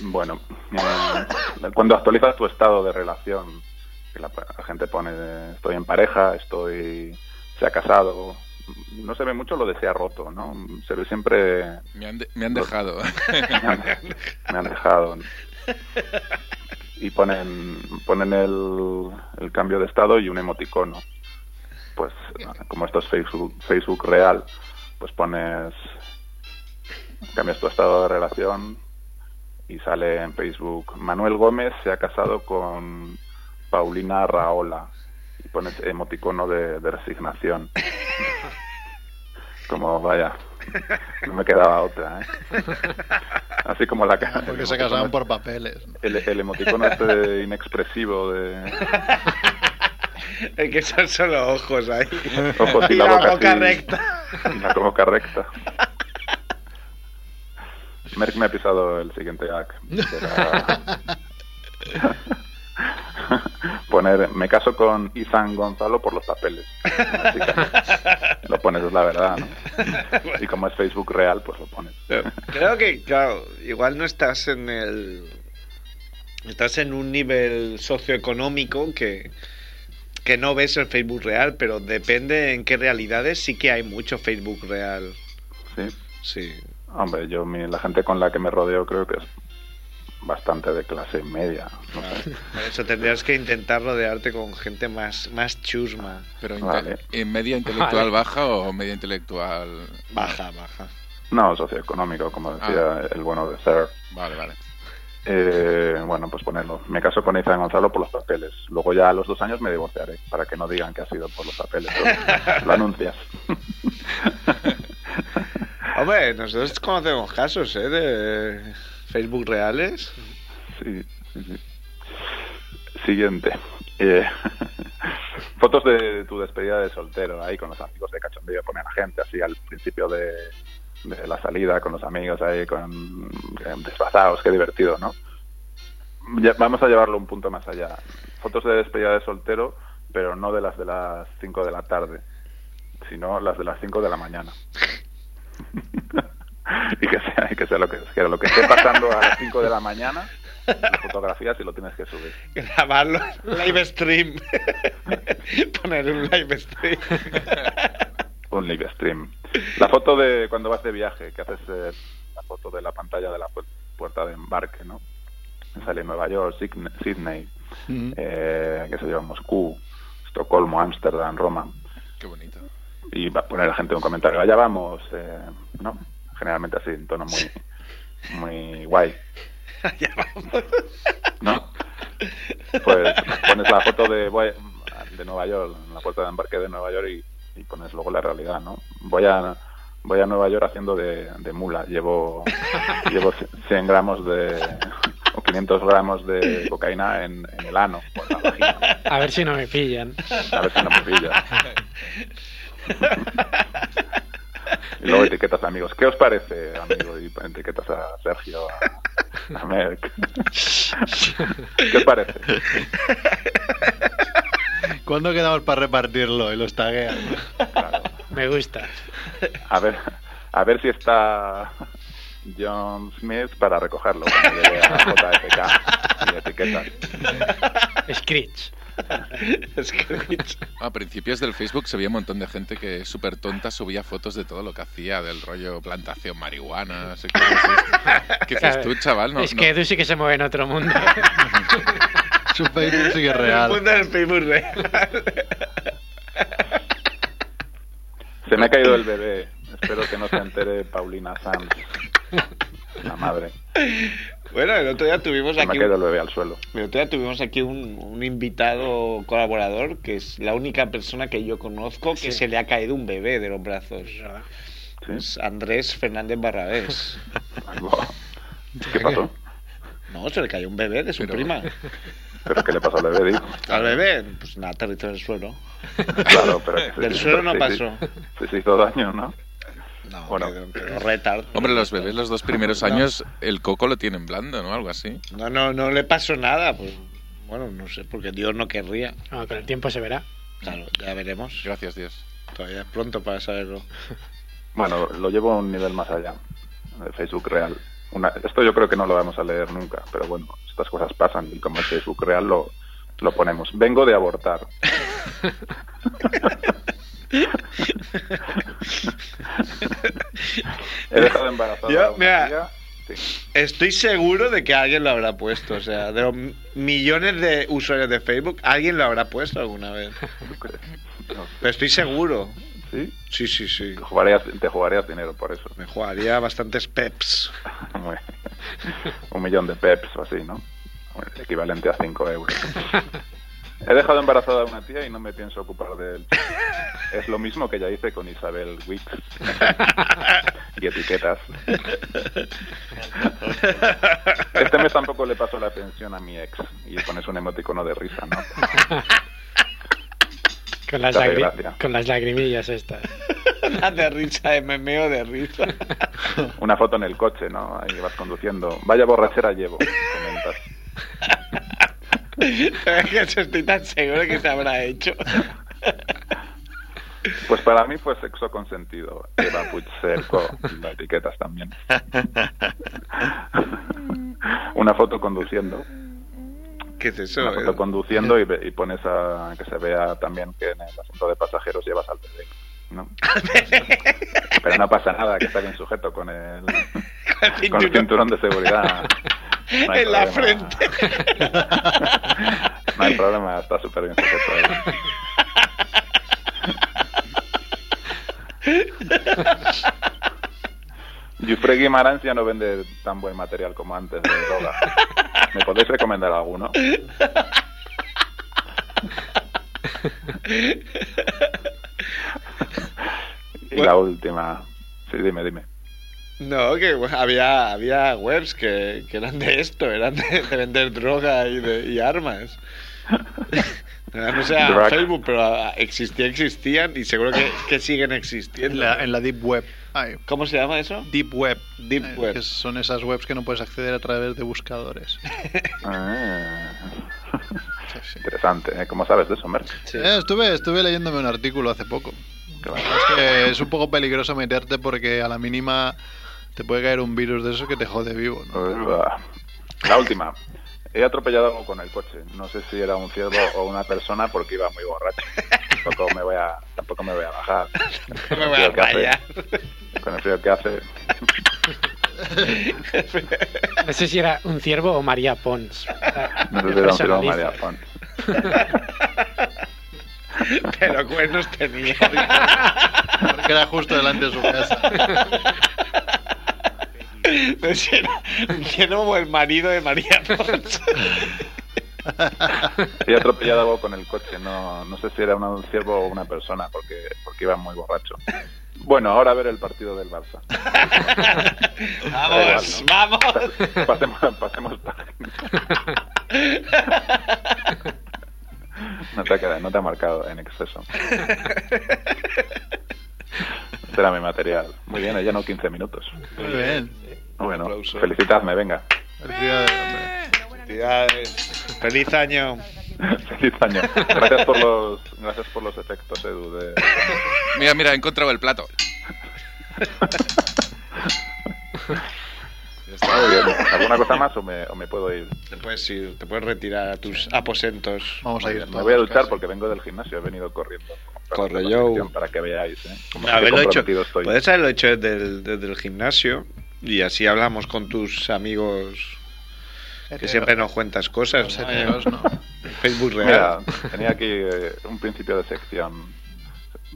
S9: bueno, eh, cuando actualizas tu estado de relación, que la, la gente pone eh, estoy en pareja, estoy se ha casado, no se ve mucho lo de se ha roto, ¿no? Se ve siempre
S6: Me han, de- me han dejado.
S9: me han, me han dejado. Y ponen, ponen el, el cambio de estado y un emoticono. Pues como esto es Facebook, Facebook real, pues pones, cambias tu estado de relación y sale en Facebook, Manuel Gómez se ha casado con Paulina Raola. Y pones emoticono de, de resignación. Como vaya, no me quedaba otra, ¿eh? Así como la cara.
S4: Porque se casaban por papeles. ¿no?
S9: El, el emoticono este inexpresivo de
S10: Es que son solo ojos ahí.
S9: ojos y
S10: Y
S9: la
S10: la
S9: boca,
S10: boca
S9: así,
S10: recta.
S9: y La boca recta. Merck me ha pisado el siguiente gag. que era- Poner, me caso con Izan Gonzalo por los papeles. Así que lo pones, es la verdad, ¿no? Y como es Facebook real, pues lo pones.
S10: Creo que, claro, igual no estás en el. Estás en un nivel socioeconómico que, que no ves el Facebook real, pero depende en qué realidades sí que hay mucho Facebook real.
S9: Sí.
S10: Sí.
S9: Hombre, yo mi- la gente con la que me rodeo creo que es bastante de clase media. No sé.
S10: Por eso tendrías que intentar rodearte con gente más, más chusma.
S6: Pero inte-
S9: Vale.
S6: ¿en media intelectual baja o media intelectual?
S3: Ah,
S10: Baja, baja.
S9: No, socioeconómico, como decía el bueno de Ser.
S6: Vale, vale.
S9: Eh, bueno, pues ponerlo. Me caso con Izan Gonzalo por los papeles. Luego ya a los dos años me divorciaré, para que no digan que ha sido por los papeles. Lo- Lo anuncias.
S10: Hombre, nosotros conocemos casos, ¿eh? De Facebook reales.
S9: Sí, sí, sí. Siguiente. Eh, fotos de tu despedida de soltero ahí con los amigos de cachondeo. Pone a la gente así al principio de, de la salida con los amigos ahí con eh, disfrazados. Qué divertido, ¿no? Ya- vamos a llevarlo un punto más allá. Fotos de despedida de soltero, pero no de las de las 5 de la tarde, sino las de las 5 de la mañana. y que sea, y que sea lo que, que lo que esté pasando a las 5 de la mañana, lo fotografías y lo tienes que subir.
S10: Grabarlo, live stream. Poner un live stream.
S9: Un live stream. La foto de cuando vas de viaje, que haces eh, la foto de la pantalla de la pu- puerta de embarque, ¿no? Sale Nueva York, Sydney, Sydney eh, que se lleva Moscú, Estocolmo, Ámsterdam, Roma.
S6: Qué bonito.
S9: y va a poner la gente un comentario, allá vamos, eh, ¿no? Generalmente así, en tono muy, muy guay,
S10: Ya vamos.
S9: ¿no? pues pones la foto de, voy- de Nueva York, en la puerta de embarque de Nueva York y, y pones luego la realidad, ¿no? Voy a voy a Nueva York haciendo de, de mula, llevo llevo 100 gramos de o 500 gramos de cocaína en, en el ano,
S2: A ver si no me pillan.
S9: a ver si no me pilla. Y luego etiquetas a amigos. ¿Qué os parece, amigo? Y etiquetas a Sergio, a, a Merck. ¿Qué os parece?
S4: ¿Cuándo quedamos para repartirlo y los taguean?
S2: Me gusta.
S9: A ver, a ver si está John Smith para recogerlo cuando llegue a JFK y etiquetas.
S2: Screech.
S6: A principios del Facebook se veía un montón de gente que súper tonta subía fotos de todo lo que hacía, del rollo plantación marihuana, no sé qué. dices- ¿Qué dices tú, chaval? No,
S2: es
S6: no-
S2: que Edu sí que se mueve en otro mundo.
S4: Su Facebook sigue
S3: El
S4: real.
S3: mundo del Facebook real.
S9: Se me ha caído el bebé. Espero que no se entere Paulina Sanz, la madre.
S3: Bueno, el otro día tuvimos
S9: Se me ha
S3: aquí
S9: caído
S3: un,
S9: el bebé al suelo.
S3: el otro día tuvimos aquí un, un invitado colaborador que es la única persona que yo conozco que se le ha caído un bebé de los brazos. Es Andrés Fernández Barrabés.
S9: ¿Qué pasó?
S3: No, se le cayó un bebé de su prima.
S9: ¿Pero qué le pasó al bebé? Digo?
S3: Al bebé, pues nada, aterrizó en el suelo.
S9: Claro, pero que se
S3: Del
S9: hizo-
S3: suelo no
S9: se-
S3: pasó.
S9: Se, se hizo daño, ¿no?
S3: No,
S9: Bueno.
S3: quedó- quedó retard.
S6: Hombre, los bebés los dos primeros años el coco lo tienen blando, ¿no? Algo así.
S3: No, no, no le pasó nada. Pues, bueno, no sé, porque Dios no querría.
S2: No, con el tiempo se verá.
S3: Claro, ya veremos.
S6: Gracias, Dios.
S3: Todavía es pronto para saberlo.
S9: Bueno, lo llevo a un nivel más allá, de Facebook real. Una- esto yo creo que no lo vamos a leer nunca, pero bueno, estas cosas pasan y como es Facebook real lo, lo ponemos. Vengo de abortar. He dejado embarazada
S3: Yo,
S9: a una
S3: mira.
S9: tía.
S3: Estoy seguro de que alguien lo habrá puesto. O sea, de los m- millones de usuarios de Facebook, alguien lo habrá puesto alguna vez.
S9: No sé,
S3: Pero estoy seguro.
S9: ¿sí?
S3: Sí, sí, sí.
S9: Te jugarías, te jugarías dinero por eso.
S3: Me jugaría bastantes peps.
S9: un millón de peps o así, ¿no? Bueno, el equivalente a 5 euros. He dejado embarazada a una tía y no me pienso ocupar de él. Es lo mismo que ya hice con Isabel Wicks. y etiquetas. Este mes tampoco le paso la pensión a mi ex. Y pones un emoticono de risa, ¿no?
S2: Con las,
S9: Dale,
S2: lagri-
S9: gracias.
S2: con las lagrimillas estas.
S3: La de risa, de memeo de risa.
S9: Una foto en el coche, ¿no? Ahí vas conduciendo. Vaya borrachera llevo, comentas.
S3: Es que eso estoy tan seguro que se habrá hecho.
S9: Pues para mí fue sexo consentido. Eva Puigcerco, la etiquetas también. Una foto conduciendo.
S3: ¿Qué es eso?
S9: Una foto conduciendo y, ve- y pones a que se vea también que en el asiento de pasajeros llevas al bebé. ¿no? Pero no pasa nada, que está bien sujeto con el, con el cinturón de seguridad. No hay
S3: en la
S9: problema.
S3: frente.
S9: No hay problema, está súper bien sujeto. ahí. Jufre Guimarães ya no vende tan buen material como antes de droga. ¿Me podéis recomendar alguno? y la última. Sí, dime, dime.
S3: No, que bueno, había, había webs que, que eran de esto, eran de, de vender droga y, de, y armas. No sé, a
S9: Drug.
S3: Facebook, pero a- existía, existían y seguro que, que siguen
S4: En
S3: existiendo.
S4: la, en la Deep Web. Ay,
S3: ¿Cómo se llama eso?
S4: Deep Web.
S3: Deep
S4: Eh,
S3: Web.
S9: pues.
S4: que son esas webs que no puedes acceder a través de buscadores.
S9: Ah.
S4: Sí, sí.
S9: Interesante, ¿eh? ¿Cómo sabes de eso, Merck?
S4: Eh, estuve, estuve leyéndome un artículo hace poco.
S9: Claro.
S4: Es que es un poco peligroso meterte porque a la mínima te puede caer un virus de esos que te jode vivo.
S9: Pues.
S4: ¿no?
S9: ah, La última. He atropellado algo con el coche. No sé si era un ciervo o una persona porque iba muy borracho. Tampoco me voy a, tampoco me voy a bajar.
S3: No me voy a
S9: Creo que hace-
S3: rayar.
S9: Con el frío que hace.
S2: No sé si era un ciervo o María Pons. Ah,
S9: No sé si
S2: lo
S9: era un ciervo o
S2: personalizo.
S9: María Pon.
S3: Pero cuernos tenía.
S4: Porque era justo delante de su casa.
S3: No sé, era un ciervo o el marido de María Pons.
S9: Fui atropellado algo con el coche, no, no sé si era un ciervo o una persona, porque, porque iba muy borracho. Bueno, ahora a ver el partido del Barça.
S11: Vamos, vamos.
S9: Pasemos, pasemos página. No te, ha quedado- no te ha marcado en exceso. Este era mi material. Muy bien, ya no 15 minutos.
S4: Muy bien.
S9: Bueno, felicitadme, venga.
S3: Felicidades. Feliz año.
S9: Feliz año. Gracias por los, gracias por los efectos, Edu. de-
S6: Mira, mira, he encontrado el plato.
S9: Está muy bien. ¿Alguna cosa más o me, o me puedo ir?
S3: Te puedes ir, Pues te puedes retirar a tus aposentos.
S4: Vamos a ir
S9: Me voy a duchar porque vengo del gimnasio, he venido corriendo.
S3: Corre
S9: Atención,
S3: yo.
S9: Para que veáis, ¿eh? Como
S3: Haberlo
S9: qué
S3: hecho.
S9: comprometido estoy.
S3: Puedes haberlo hecho desde el, desde el gimnasio y así hablamos con tus amigos que siempre nos cuentas cosas. ¿no?
S4: Heteros, ¿no?
S3: Facebook
S9: Mira,
S3: real.
S9: tenía aquí eh, un principio de sección.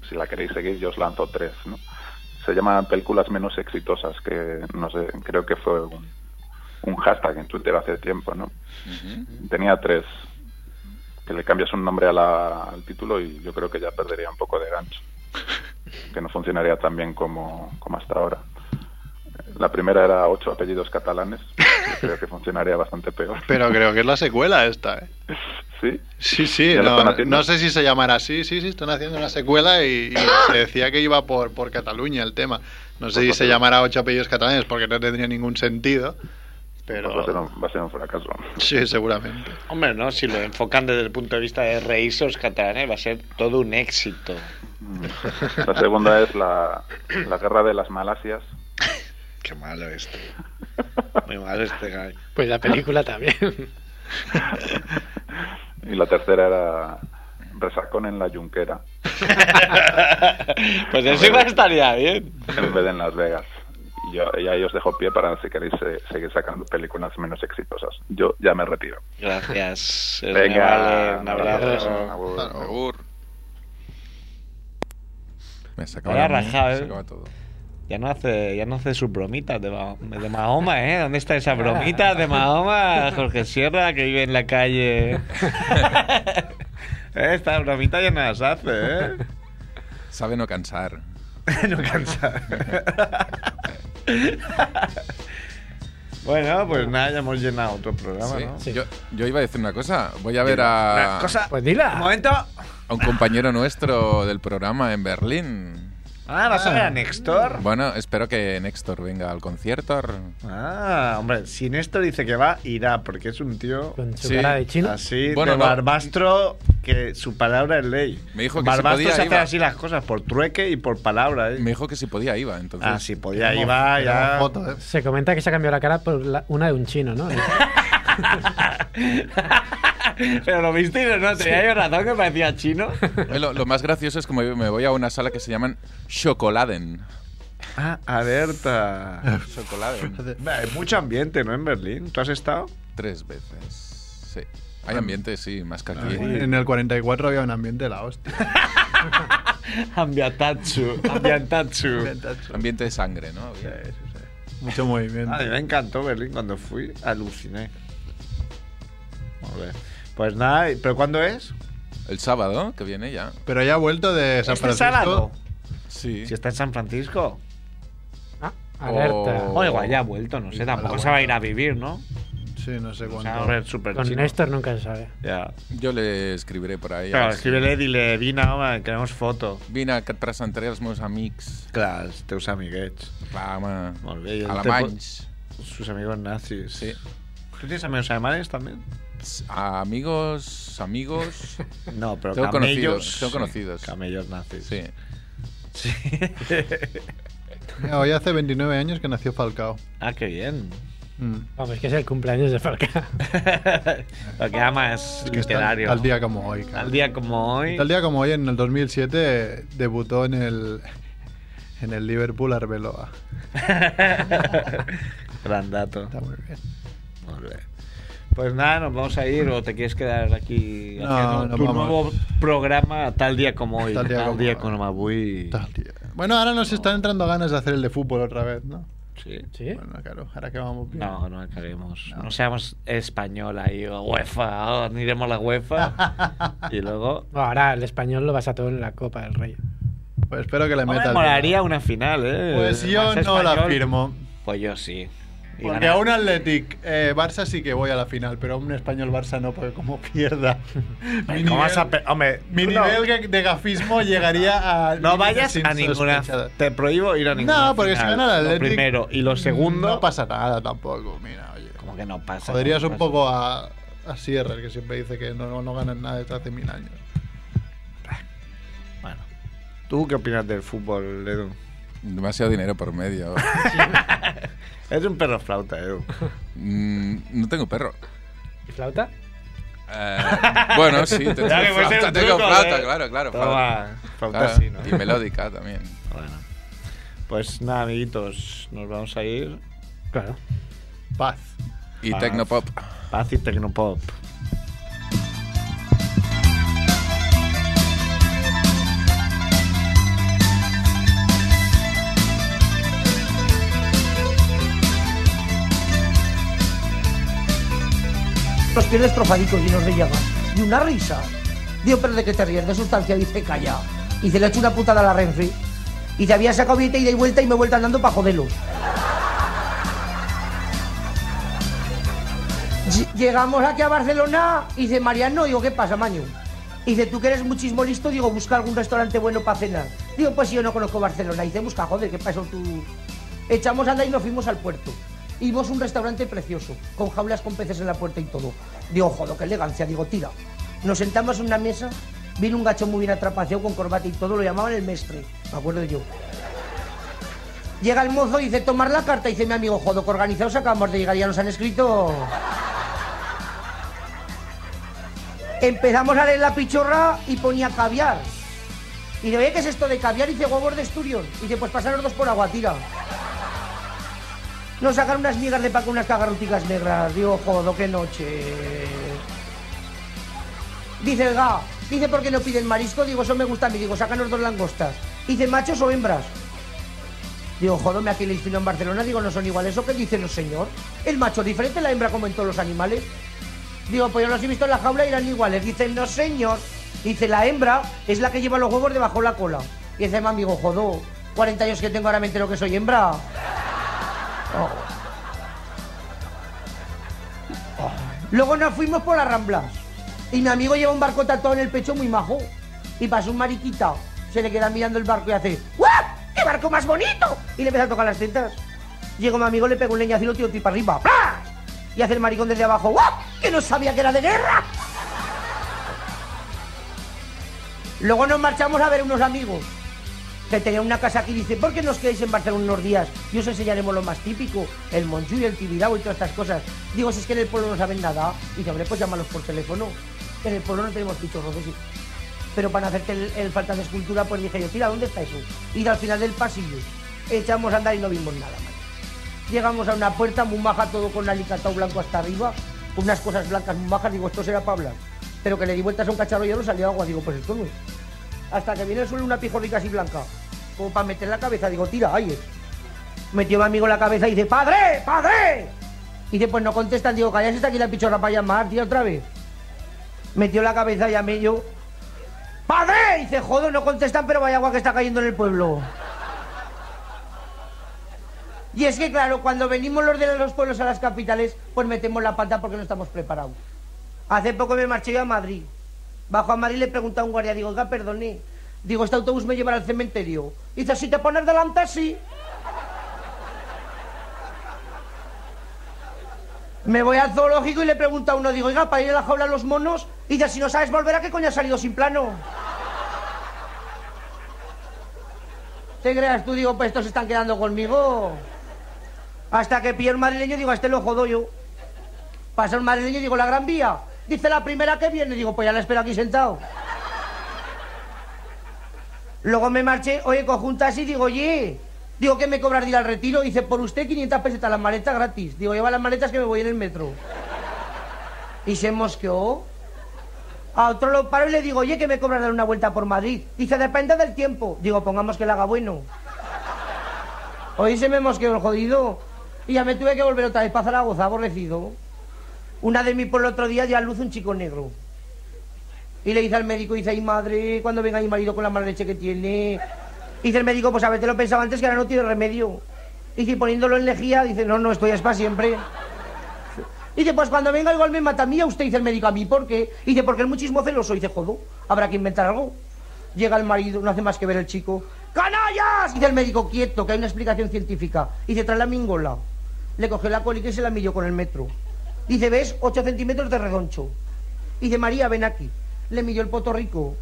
S9: Si la queréis seguir, yo os lanzo tres, ¿no? Se llama películas menos exitosas, que no sé, creo que fue un, un hashtag en Twitter hace tiempo, ¿no? Tenía tres. Que le cambias un nombre a la- al título y yo creo que ya perdería un poco de gancho. Que no funcionaría tan bien como, como hasta ahora. La primera era ocho apellidos catalanes. yo creo que funcionaría bastante peor.
S4: Pero creo que es la secuela esta, ¿eh?
S9: Sí,
S4: Sí, sí,
S9: Ya lo
S4: no,
S9: están haciendo.
S4: no sé si se llamará así, sí, sí, están haciendo una secuela y, y se decía que iba por, por Cataluña el tema. No sé si se llamará Ocho apellidos catalanes porque no tendría ningún sentido,
S9: pues va, a ser
S4: pero
S9: un, va a ser un fracaso.
S4: sí, seguramente.
S3: Hombre, no, si lo enfocan desde el punto de vista de reírse los catalanes, va a ser todo un éxito.
S9: La segunda es la, la guerra de las Malasias.
S3: Qué malo este. Muy malo este guy.
S2: Pues la película también.
S9: Y la tercera era resacón en la yunquera,
S3: pues eso iba a estar ya bien.
S9: en vez de en Las Vegas. Y yo, y ahí os dejo pie para si queréis eh, seguir sacando películas menos exitosas. Yo ya me retiro.
S3: Gracias. Es muy amable,
S9: Venga,
S3: Pues un abrazo.
S9: Agur.
S6: Agur. Me sacaba
S3: Ahora
S6: la mía,
S3: rajado,
S6: me
S3: ¿eh?
S6: sacaba todo.
S3: Ya no hace, ya no hace sus bromitas de, Ma- de Mahoma, ¿eh? ¿Dónde están esas bromitas de Mahoma? Jorge Sierra, que vive en la calle. Eh, Estas bromitas ya no las hace, ¿eh?
S6: Sabe no cansar.
S3: no cansa. bueno, pues nada, ya hemos llenado otro programa,
S6: Sí. Ah.
S3: ¿no?
S2: Sí.
S6: Yo, yo iba a decir una cosa. Voy a ver a,
S2: Pues dila.
S3: Un momento. Ah,
S6: a un compañero nuestro del programa en Berlín.
S3: Ah, vas a ver a Nextor.
S6: Bueno, espero que Nextor venga al concierto.
S3: Ah, hombre, si Néstor dice que va, irá, porque es un tío
S2: Con su
S6: Sí.
S2: cara de chino.
S3: así
S6: Bueno,
S3: de
S6: no.
S3: barbastro que su palabra es ley.
S6: Me dijo que si
S3: barbastro
S6: podía,
S3: se hace
S6: iba.
S3: así las cosas por trueque y por palabra. ¿eh?
S6: Me dijo que si podía iba, entonces.
S3: Ah, si podía, iba ya.
S4: Foto, ¿eh?
S2: Se comenta que se ha cambiado la cara por la- una de un chino, ¿no?
S3: Pero lo visteis o no, tenía yo razón que parecía chino.
S6: Eh, Lo, lo más gracioso es que me me voy a una sala que se llaman Chocoladen.
S3: Ah, alerta.
S6: Chocoladen.
S3: Hay mucho ambiente, ¿no? En Berlín. ¿Tú has estado?
S6: Tres veces. Sí. Hay ambiente, sí, más que aquí.
S4: En el 44 había un ambiente de la hostia.
S3: Ambiatatsu. Ambiatatsu.
S6: Ambiente de sangre, ¿no?
S4: Mucho movimiento.
S3: Ah, A mí me encantó Berlín cuando fui, aluciné. Muy bien. Pues nada, ¿pero cuándo es?
S6: El sábado que viene ya.
S4: Pero ya ha vuelto de San
S3: ¿Este
S4: Francisco.
S3: sábado?
S6: Sí.
S3: Si está en San Francisco.
S2: Ah, alerta.
S6: Oh.
S3: O igual ya ha vuelto, no sé, tampoco se va a ir a vivir, ¿no?
S4: Sí, no sé
S3: O
S4: cuánto.
S3: sea, a ver, súper
S2: Con
S3: chino.
S2: Néstor nunca se sabe.
S3: Ya.
S6: Yo le escribiré por ahí.
S3: Claro, escríbele y dile, vina, home, queremos foto.
S6: Vine que et presentaré als meus amics.
S3: Clar, els teus amiquets.
S6: Va, home.
S3: Molt bé, i el
S6: Alemanys.
S3: Sus amigos nazis.
S6: Sí.
S3: ¿Tú tienes amigos alemanes también?
S6: Amigos, amigos...
S3: No, pero
S6: Tengo
S3: camellos.
S6: conocidos, tengo conocidos.
S3: Camellos nazis.
S6: Sí.
S3: Sí.
S4: Mira, Hoy hace 29 años que nació Falcao.
S3: ah, qué bien.
S4: Mm.
S2: Vamos, que es el cumpleaños de Falcao.
S3: Lo que ama es,
S4: Es que está
S3: literario.
S4: al día como hoy. cara.
S3: Al día como hoy.
S4: Tal día como hoy, en el 2007, debutó en el, en el Liverpool Arbeloa.
S3: Gran dato.
S4: Está muy bien.
S3: Molt bé. Pues nada, nos vamos a ir o te quieres quedar aquí
S4: No,
S3: haciendo
S4: nos
S3: tu
S4: vamos.
S3: nuevo programa tal día como hoy.
S4: Tal día como hoy.
S3: avui.
S4: Tal día. Bueno, ahora nos están entrando ganas de hacer el de fútbol otra vez, ¿no?
S12: Sí.
S13: Bueno, claro, ahora que vamos bien.
S3: No, no acabemos. No, seamos española y UEFA, oh, ni iremos a la UEFA. y luego.
S2: Bueno, ahora el español lo basa todo en la Copa del Rey.
S13: Pues espero que le
S3: Me
S13: metas.
S3: molaría una final, ¿eh?
S13: Pues yo
S3: Barça
S13: no la
S3: español.
S13: firmo.
S3: Pues yo sí. Y
S13: Porque
S3: ganar.
S13: a un Athletic eh, Barça sí que voy a la final, pero a un español Barça no, porque como pierda. mi
S3: ¿Cómo
S13: nivel,
S3: vas a pe- Hombre,
S13: mi
S3: no,
S13: nivel de- de gafismo llegaría a.
S3: no
S13: límites
S3: vayas a ninguna.
S13: insospechados.
S3: Te prohíbo ir a ninguna.
S13: No, porque si
S3: final,
S13: gana el
S3: lo
S13: Athletic.
S3: primero. Y lo segundo.
S13: No pasa nada tampoco, mira, oye.
S3: como que no pasa.
S13: Joderías
S3: no
S13: un
S3: pasa.
S13: poco a, a Sierra, que siempre dice que no, no, no ganan nada desde hace mil años.
S3: Bueno.
S12: ¿Tú qué opinas del fútbol, Edu?
S6: Demasiado dinero por medio.
S12: Eres un perro flauta, Edu.
S6: Mm, no tengo perro.
S2: ¿Y flauta?
S6: Eh, bueno, sí, tengo
S3: Ya que puede ser
S6: flauta,
S3: un
S6: tengo
S3: truco,
S6: flauta,
S3: eh.
S6: claro, claro. flauta.
S3: Toma.
S12: Flauta
S6: Claro,
S12: sí, ¿no?
S6: Y melódica también.
S3: Bueno. Pues nada, amiguitos. Nos vamos a ir.
S2: Claro.
S13: Paz.
S6: Y
S3: Ah.
S6: tecnopop.
S3: Paz y Tecnopop.
S4: los pies estrofadicos llenos de llamas y una risa. Digo, pero de qué te ríes, de sustancia, dice, calla. Y se le ha hecho una putada a la Renfri. Y te había sacado billete ida y vuelta y me he vuelto andando para joderlos. Ll- Llegamos aquí a Barcelona y dice, Mariano, digo, ¿qué pasa, maño? Y dice, tú que eres muchísimo listo, digo, busca algún restaurante bueno para cenar. Digo, pues si yo no conozco Barcelona. Y dice, busca, joder, ¿qué pasó tú? Echamos anda y nos fuimos al puerto. Y Vimos un restaurante precioso, con jaulas con peces en la puerta y todo. Digo, joder, qué elegancia, digo, tira. Nos sentamos en una mesa, vino un gacho muy bien atrapaceado con corbata y todo, lo llamaban el mestre, me acuerdo yo. Llega el mozo y dice, tomar la carta, y dice mi amigo, joder, que organizados acabamos de llegar, ya nos han escrito. Empezamos a leer la pichorra y ponía caviar. Y digo, oye, ¿qué es esto de caviar? Y dice, huevos de esturión. Y dice, pues pasaros dos por agua, tira. Nos sacaron unas migas de pan con unas cagarruticas negras. Digo, jodo, qué noche. Dice el ga, dice, ¿por qué no piden marisco? Digo, eso me gusta a mí. Digo, sácanos dos langostas. Dice, ¿machos o hembras? Digo, jodo, me aquí el fino en Barcelona. Digo, no son iguales. ¿O qué dicen los señor? El macho es diferente a la hembra como en todos los animales. Digo, pues yo los he visto en la jaula y eran iguales. Dicen, no señor. Dice, la hembra es la que lleva los huevos debajo la cola. Y dice, mi amigo, jodo, 40 años que tengo ahora me entero que soy hembra. Oh. Oh. Luego nos fuimos por las Ramblas. Y mi amigo lleva un barco tatuado en el pecho muy majo. Y pasó un mariquita. Se le queda mirando el barco y hace ¡Guau! ¡Qué barco más bonito! Y le empieza a tocar las tetas. Llegó mi amigo, le pegó un leñazo y lo tiró para arriba. ¡Plas! Y hace el maricón desde abajo. ¡Guau! ¡Que no sabía que era de guerra! Luego nos marchamos a ver unos amigos que tenía una casa aquí y dice, ¿por qué nos quedáis en Barcelona unos días? Y os enseñaremos lo más típico, el Montjuïc, el Tibidabo y todas estas cosas. Digo, si es que en el pueblo no saben nada. Y dice, hombre, pues llámalos por teléfono. En el pueblo no tenemos pichorros, sí. Pero para hacerte el, el falta de escultura, pues dije yo, tira, ¿dónde está eso? Ir al final del pasillo. Echamos a andar y no vimos nada más. Llegamos a una puerta muy maja, todo con alicatado blanco hasta arriba, con unas cosas blancas muy majas, digo, esto será para hablar. Pero que le di vueltas a un cacharro y ya no salió agua, digo, pues esto no es. Hasta que viene el suelo una pijorrica así blanca, como para meter la cabeza, digo, tira, ahí es. Metió mi amigo la cabeza y dice, ¡padre! ¡padre! Y dice, pues no contestan, digo, calla, si está aquí la pichorra para llamar, tío, otra vez. Metió la cabeza, llamé yo. ¡Padre! Y dice, jodo, no contestan, pero vaya agua que está cayendo en el pueblo. Y es que, claro, cuando venimos los de los pueblos a las capitales, pues metemos la pata porque no estamos preparados. Hace poco me marché yo a Madrid. Bajo a Madrid y le pregunté a un guardia, digo, oiga, perdone. Digo, este autobús me llevará al cementerio. Dice, si te pones delante, sí. Me voy al zoológico y le pregunto a uno, digo, oiga, para ir a la jaula a los monos, y dice, si no sabes volver, ¿a qué coño has salido sin plano? ¿Te creas tú? Digo, pues estos se están quedando conmigo. Hasta que pillo un madrileño y digo, a este lo jodo yo. Pasa un madrileño y digo, la gran vía. Dice la primera que viene. Digo, pues ya la espero aquí sentado. Luego me marché, oye, conjuntas y digo, oye, digo que me cobras de ir al retiro. Dice, por usted 500 pesetas, las maletas gratis. Digo, lleva las maletas que me voy en el metro. Y se mosqueó. A otro lo paro y le digo, oye, que me cobras dar una vuelta por Madrid. Dice, depende del tiempo. Digo, pongamos que la haga bueno. Hoy se me mosqueó el jodido. Y ya me tuve que volver otra vez para Zaragoza, aborrecido. Una de mí por el otro día dio a luz un chico negro. Y le dice al médico, dice, ay madre, cuando venga mi marido con la mala leche que tiene. Dice el médico, pues a ver, te lo pensaba antes que ahora no tiene remedio. Dice, y poniéndolo en lejía, dice, no, no, estoy es para siempre. Dice, pues cuando venga igual me mata a mí, a usted, dice el médico, a mí, ¿por qué? Dice, porque el muchismo celoso, dice, jodo, habrá que inventar algo. Llega el marido, no hace más que ver el chico. ¡Canallas! Dice el médico, quieto, que hay una explicación científica. Dice, trae la mingola. Le cogió la colica y se la milló con el metro. Dice, ¿ves? 8 centímetros de redoncho. Dice, María, ven aquí. Le milló el potorrico.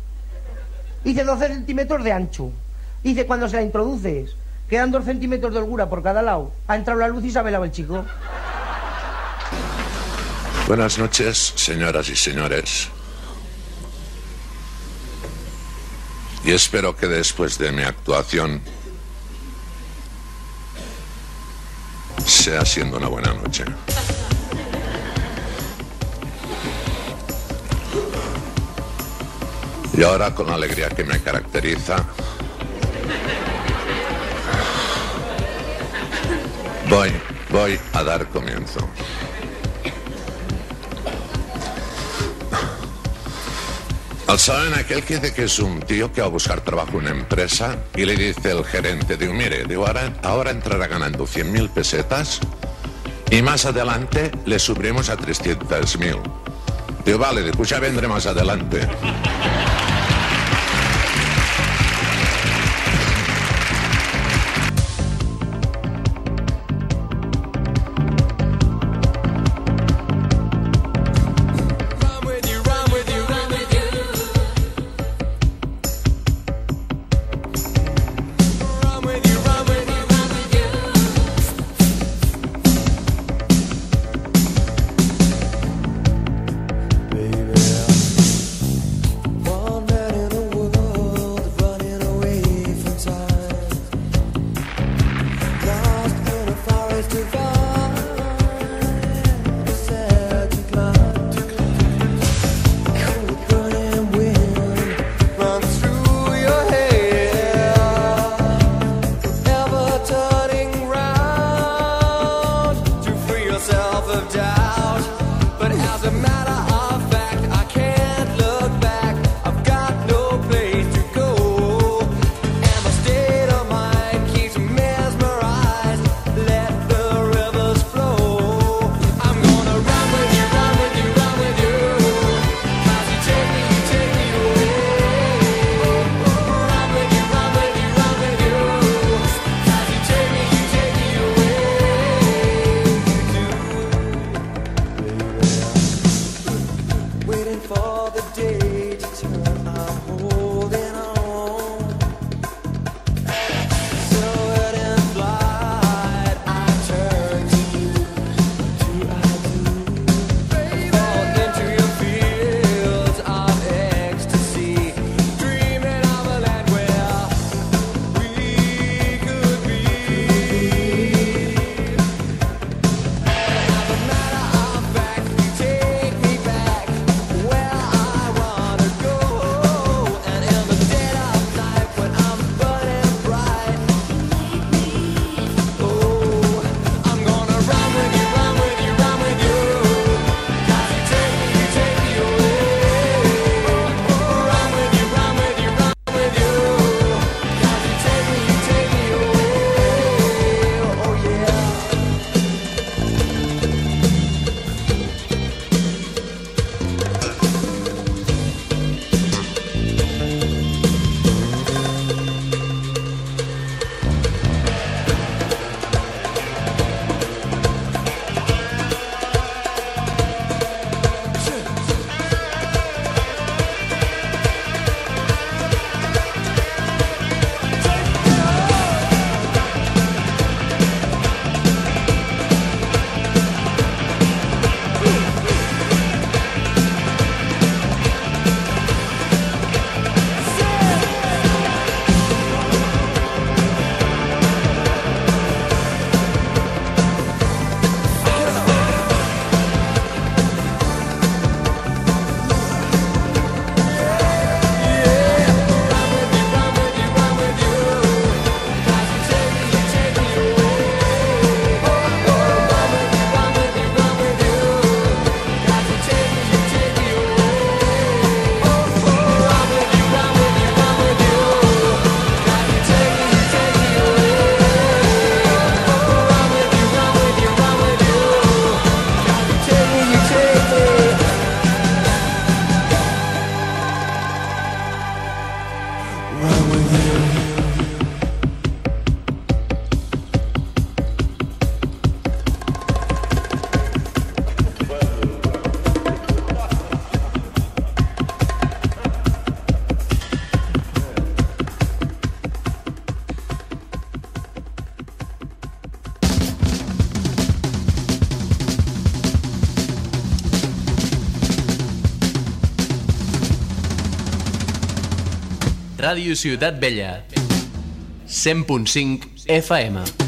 S4: Dice, 12 centímetros de ancho. Dice, cuando se la introduces, quedan 2 centímetros de holgura por cada lado. Ha entrado la luz y se ha velado el chico.
S6: Buenas noches, señoras y señores. Y espero que después de mi actuación sea siendo una buena noche. Y ahora, con la alegría que me caracteriza, voy, voy a dar comienzo. Al saben aquel que dice que es un tío que va a buscar trabajo en una empresa y le dice el gerente, digo, mire, digo, ahora, ahora entrará ganando 100.000 pesetas y más adelante le subiremos a 300.000. Digo, vale, digo, pues ya vendré más adelante.
S1: Ràdio Ciutat Vella. 100.5 FM.